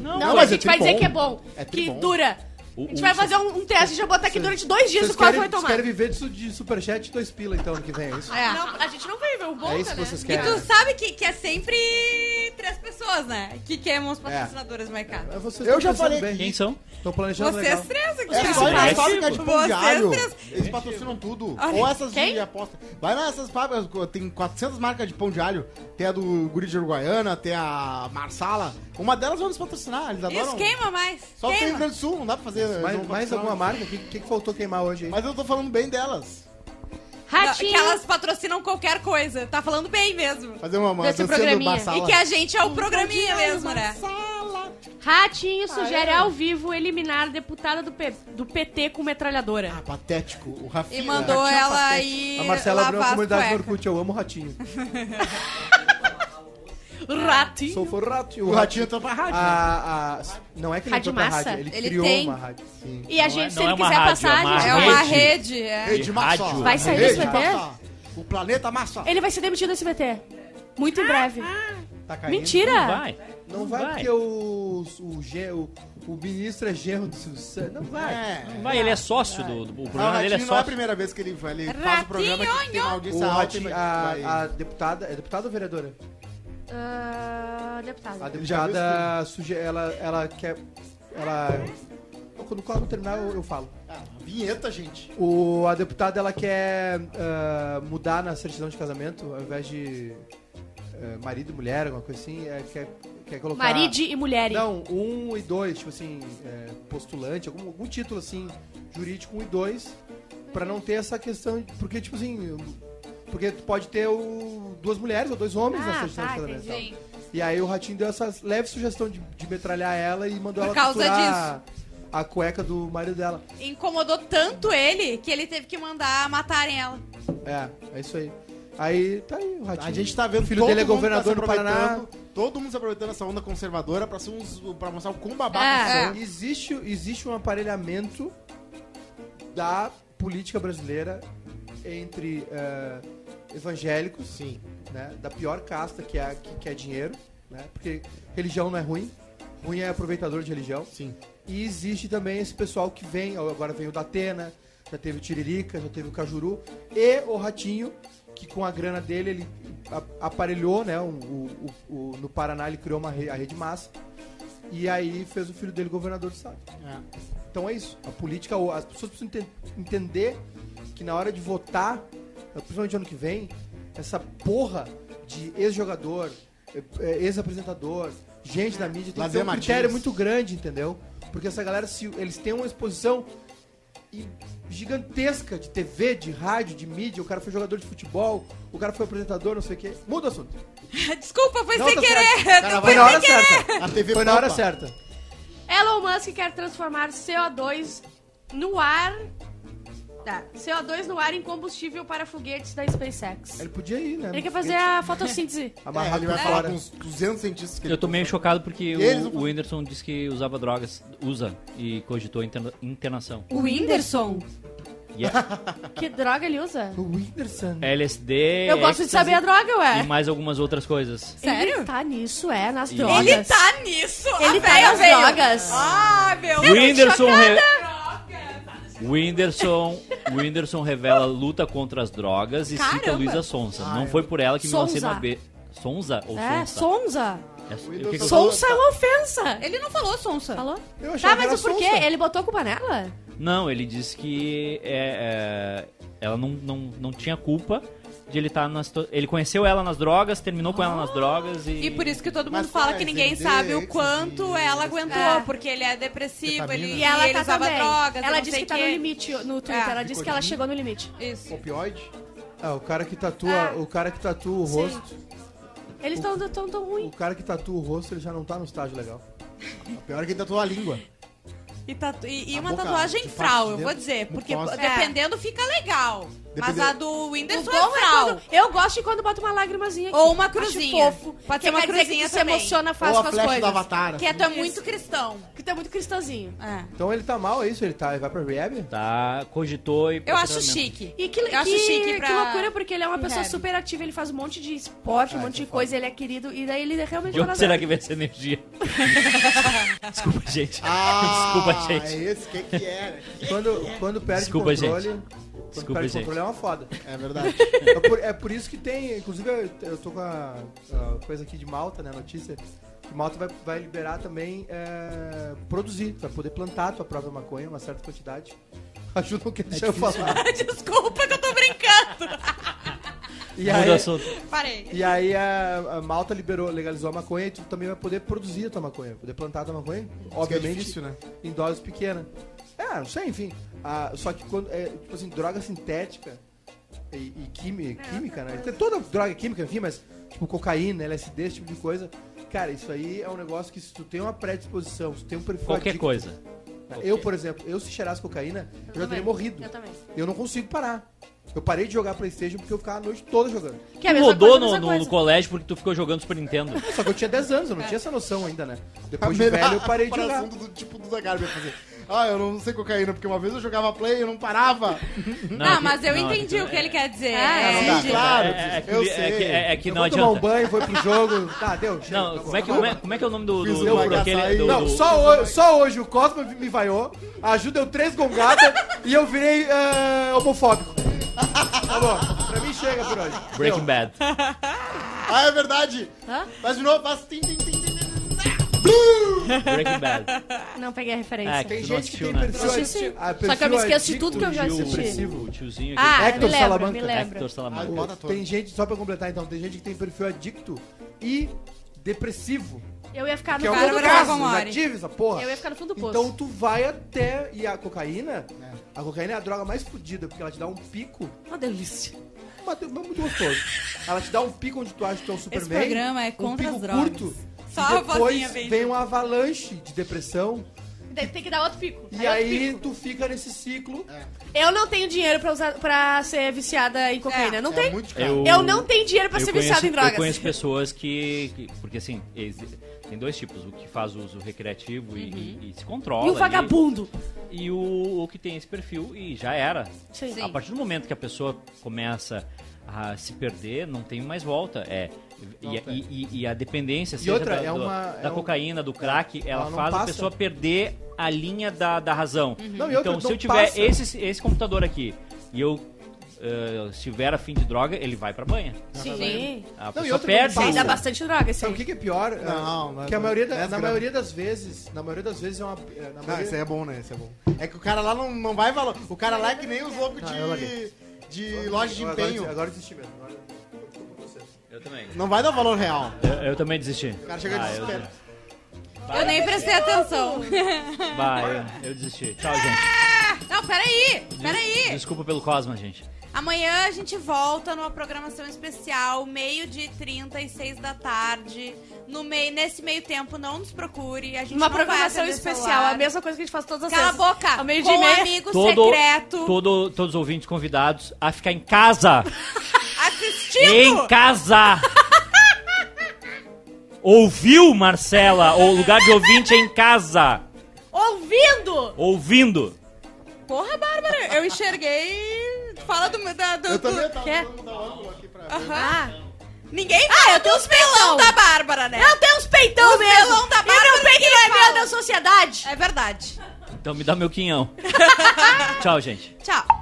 Não, Não, Não, mas a gente é vai tri dizer que é bom. bom. É tri que bom. dura. O- a gente o- vai fazer um, um teste, a gente vai botar aqui durante dois dias o quase vai querem, tomar. querem viver disso de superchat e dois pila, então, ano que vem, é isso? É. Não, a gente não vai ver o bom, É isso né? que vocês E querem. tu sabe que, que é sempre três pessoas, né? Que queimam os patrocinadores do mercado. É, vocês Eu tão já pensando falei- bem. Quem são? Tô planejando Vocês legal. três aqui. É ó. só ir nas Parece- fábricas de pão de Vocês alho. três- Eles patrocinam tudo. Olha, Ou essas quem? de aposta. Vai nessas fábricas, co- tem 400 marcas de pão de alho. Tem a do Guri de Uruguaiana, tem a Marsala. Uma delas vai nos patrocinar, eles Isso adoram. queima mais. um. Só tem o Rio queima. Grande do Sul, não dá pra fazer. eles Mais, vão mais patrocinar. alguma marca? O que, que, que faltou queimar hoje aí? Mas eu tô falando bem delas. Não, Ratinho. que elas patrocinam qualquer coisa. Tá falando bem mesmo. Fazer uma, uma Desse dancinha do programinha. Marsala. E que a gente é o programinha mesmo, É. né? Ratinho sugere ao vivo eliminar deputada do, P- do PT com metralhadora. Ah, patético. O Rafinha. E mandou Rafinha é ela patético. ir A Marcela abriu uma lavar as comunidade no cuecas. Orkut, eu amo ratinho. Ratinho. Sou fã do ratinho. O ratinho tá pra rádio. A, a- não é que ele Rádio entrou pra massa? rádio, ele, Ele criou tem. uma rádio. Sim. E a Não gente, é- se não ele é uma quiser rádio, passar, é uma a gente É rádio. vai- uma Rede. rede, é. Rede de Marsala. rádio. Vai sair Rede do SBT? Marsala. O planeta Marsala. Ele vai ser demitido do SBT. Muito em breve. Tá caindo. Não Mentira! vai. Não vai, porque o, o, ge- o, o ministro é genro do Silvio Santos. Não vai. É. Não vai, ele Tá. é sócio do, do- O Não, o programa dele é Ratinho não é a sócio. primeira vez que ele, ele faz o programa que tem uma O audiência alta e ratinho, vai- vai- a, a deputada. É deputada ou vereadora? Ah, A deputado. Ele já deputada suge, ela, ela quer. Ela. Quando o Cláudio terminar, eu, eu falo. Ah, vinheta, gente. O, a deputada ela quer ah, mudar na certidão de casamento, ao invés de é, marido e mulher, alguma coisa assim, é, quer, quer colocar... Maride e mulher. Não, um e dois, tipo assim, é, postulante, algum, algum título assim, jurídico um e dois, pra não ter essa questão, de- porque tipo assim, porque tu pode ter o, duas mulheres ou dois homens Ah, na certidão tá, de casamento. entendi. e tal. E aí o Ratinho deu essa leve sugestão de, de metralhar ela e mandou Por ela causa costurar a cueca do marido dela. Incomodou tanto ele que ele teve que mandar matarem ela. É, é isso aí. Aí tá aí o Ratinho. A gente tá vendo O filho todo dele é mundo tá governador se do Paraná. aproveitando, Todo mundo se aproveitando essa onda conservadora pra, ser uns, pra mostrar o quão É, Ah. babaca é. são. Então, Existe, existe um aparelhamento da política brasileira entre eh, evangélicos, sim, né, da pior casta que é que quer dinheiro, né, porque religião não é ruim, ruim é aproveitador de religião. Sim. E existe também esse pessoal que vem, ó, agora vem o Datena, já teve o Tiririca, já teve o Cajuru e o Ratinho, que com a grana dele ele a- aparelhou, né? um- o- o- o- no Paraná ele criou uma re- a rede massa e aí fez o filho dele governador do estado. É. Então é isso. A política, o- as pessoas precisam enten- entender que na hora de votar, eh, principalmente ano que vem, essa porra de ex-jogador, eh, eh, ex-apresentador, gente da mídia tem que Lazer ter um Martins. critério muito grande, entendeu? Porque essa galera, se eles têm uma exposição e- gigantesca de TV, de rádio, de mídia, o cara foi jogador de futebol, o cara foi apresentador, não sei o quê. Muda o assunto. Desculpa, foi Não, sem tá querer. certo. Cara, vai Foi na lá. hora certa. A é? TV Foi na hora Pampa. certa. Elon Musk quer transformar CO2 no ar. Tá. CO2 no ar em combustível para foguetes da SpaceX. Ele podia ir, né? Ele quer fazer a fotossíntese. É, Amarrar ele vai né? por falar fora. com uns 200 cientistas que ele Eu tô meio chocado porque Eles o, o não Whindersson disse que usava drogas, usa, e cogitou interna- internação. é O Whindersson. Yeah. Que droga ele usa? O Whindersson. LSD, Eu gosto de ecstasy saber a droga, e ué. mais algumas outras coisas. Ele Sério? tá nisso, é, nas Ele drogas. Ele tá nisso. Ele a tá véia nas veio. drogas. Ai, meu O Whindersson, re... Drogas. Whindersson, Whindersson revela luta contra as drogas e cita Caramba. Luísa Sonza. Não foi por ela que Sonza. 1909... Sonza ou É, Sonsa? Sonza. É, o que que eu- Sonsa é uma ofensa. Ele não falou, Sonsa. Falou? Eu achei Tá, que era mas o porquê? sonsa. Ele botou a culpa nela? Não, ele disse que é, é, ela não, não, não tinha culpa de ele estar nas... to- Ele conheceu ela nas drogas, terminou com ela nas drogas e... E por isso que todo mundo Mas fala faz, que ninguém ele sabe deu o êxtase, quanto ela aguentou, É. porque ele é depressivo, Ketamina. ele, E ela ele tá usava também. drogas. eu ela não disse sei que Ah. tá no quê. limite no Twitter. É. Ela disse que ela chegou no limite. Isso. Opioide? Ah, o cara que tatua, É- Ah. o cara que tatua o Sim. rosto, Eles estão tão, tão ruim. o cara que tatua o rosto, ele já não tá no estágio legal. O pior é que ainda tô a língua. E, tatu- e- e A uma boca, tatuagem de fral, parte eu de vou dentro, dizer. não Porque posso. dependendo fica legal. Mas Depende- a do Whindersson é Bom é fral. quando- eu gosto de quando bota uma lágrimazinha aqui. Ou uma Acho cruzinha. fofo. Pode Que ser uma quer dizer que cruzinha tu se também. emociona Ou fácil com a as flecha coisas. do Avatar. Que tu assim. é muito cristão. Que tu é muito cristãozinho. É. Então ele tá mal, é isso? Ele tá, ele vai pra rehab? Tá, cogitou e... Eu acho posteriormente. chique. E que, Eu acho que- chique pra- um que loucura, porque ele é uma pessoa Rehab. super ativa, ele faz um monte de esporte, um Ah, monte de isso é coisa, ele é querido, e daí ele é realmente De onde será maravilhoso. que vem essa energia? Desculpa, gente. Ah, Desculpa, gente. É esse que que é. Quando, quando perde Desculpa, o controle, gente. quando Desculpa, perde o gente. controle é uma foda. É verdade. É por, é por isso que tem, inclusive eu- eu tô com a, a coisa aqui de Malta, né, a notícia, que Malta vai, vai liberar também é, produzir, tu vai poder plantar a tua própria maconha, uma certa quantidade. Ajuda não É quer deixar eu né? falar. Desculpa que eu tô brincando. E Muda aí, o assunto. Parei. E aí a, a Malta liberou, legalizou a maconha e tu também vai poder produzir a tua maconha, poder plantar a tua maconha, é obviamente, difícil, né? em doses pequenas. É, não sei, enfim. Ah, só que quando, é, tipo assim, droga sintética e, e É, quimi- química, né? Tem toda droga é química, enfim, mas tipo cocaína, LSD, esse tipo de coisa. Cara, isso aí é um negócio que se tu tem uma predisposição, se tu tem um perfil Qualquer adicto- coisa. Eu, por exemplo, eu se cheirasse cocaína, eu, já teria também. morrido. assim. Eu também. Eu não consigo parar. Eu parei de jogar Playstation porque eu ficava a noite toda jogando. Que é a tu mesma rodou coisa, no, mesma no- coisa. no colégio porque tu ficou jogando Super Nintendo. Só que eu tinha 10 anos, eu não tinha essa noção ainda, né? Depois A de melhor velho, eu parei de jogar. comparação Do, do tipo do Zagarbi fazer. Ah, eu não sei cocaína, porque uma vez eu jogava play e eu não parava. Ah, Não, é que- mas eu não, é entendi o que ele quer dizer. É, É, não dá. entendi. Tá Claro, é, é que- eu é sei. que- é- é que eu não vou tomar um adianta. banho, foi pro jogo. Tá, deu. chega, Não, tá como é, que, bom. como, é, como é que é o nome do, do, Fiz do, um do- bagaço aquele- aí. do- Não, do- só, hoje, só hoje o Cosmo me- me vaiou, a Ju deu três gongadas e eu virei eh, homofóbico. Tá bom, pra mim chega por hoje. Breaking Bad. Ah, é verdade. Hã? Faz de novo, faz. Tim, tim, tim, tim, tim. Breaking Bad. Não peguei a referência. É, que Tem tu não gente que assistiu, tem né? perfil, Eu assisti. adi- ah, Só que eu perfil me esqueço de adicto tudo que eu já O tio- assisti. O tiozinho aqui. Ah, me Hector lembro, me Salamanca. lembro. Hector Salamanca. Agora- Bota a Tem gente, só pra completar então, tem gente que tem perfil adicto e depressivo. Eu ia ficar no Que é o fundo meu do cara poço. bravo, caso, Mari. ativo essa porra. Eu ia ficar no fundo do poço. Então tu vai até. E a cocaína? A cocaína é a droga mais fodida, porque ela te dá um pico. Uma delícia. Mas é muito gostoso. ela te dá um pico onde tu acha que tu é o Superman. programa é contra um as pico drogas. curto. Só e a vozinha depois vem vem junto. uma avalanche de depressão. E daí tem que dar outro pico. E é outro aí, é pico. tu fica nesse ciclo. É. Eu não tenho dinheiro pra, usar, pra ser viciada em cocaína. É. Não tem. muito caro. Eu, Eu não tenho dinheiro pra eu ser conheço- viciada em drogas. um Eu conheço pessoas que. que- porque assim, exi- tem dois tipos: o que faz uso recreativo e, e- e se controla. Uhum. E o ali, vagabundo. e o, o que tem esse perfil e já era. Sim. A partir do momento que a pessoa começa a se perder, não tem mais volta. É. E, Não e- tem. e- e a dependência seja outra, da, é do- uma- da é um- cocaína, do crack, ela, ela não faz a passa. pessoa perder a linha da, da razão. Não, e outra, então, se não eu tiver passa. esse, esse computador aqui e eu eh, estiver afim de droga, ele vai pra banha. Sim. A Não, e pessoa outra, perde. não Sim, o- passa. dá bastante droga, assim. sim. Então, Sabe o que, que é pior? Não, É, não, que a não. maioria da- Dez na gramas. maioria das vezes, na maioria das vezes é uma. é, na Não, maioria- esse aí é bom, né? Esse é bom. É que o cara lá não, não vai valor. O cara lá é que nem os loucos Não, Tá, eu larguei. de, de é loja de Agora- empenho. Agora, agora desisti mesmo. Agora, desculpa pra vocês. Eu também. Não vai dar valor real. Eu, eu também desisti. O cara chega ah, de eu- desespero. Eu nem prestei atenção. Vai, eu, eu desisti. Tchau, gente. Ah, não, peraí, peraí. Desculpa pelo Cosma, gente. Amanhã a gente volta numa programação especial, meio-dia e 30 e 6 da tarde. No meio, nesse meio tempo, não nos procure. A gente Uma não programação vai atender especial, celular. a mesma coisa que a gente faz todas as Cala a vezes. boca. Ao meio com dia e meia. amigo Todo, secreto. todo, todos os ouvintes convidados a ficar em casa. Assistindo. em casa. Ouviu, Marcela? O lugar de ouvinte é em casa. Ouvindo! Ouvindo. Porra, Bárbara, eu enxerguei. Fala do. Da, do, Eu também do- tava Quer? tentando dar o ângulo aqui pra ver. Aham. Ah, Ninguém fala ah, eu tenho os pelão da Bárbara, né? não tem uns peitão Os mesmo! pelão da e meu Bárbara peito ninguém não é meu fala. da sociedade! É verdade. Então me dá meu quinhão. Tchau, gente. Tchau.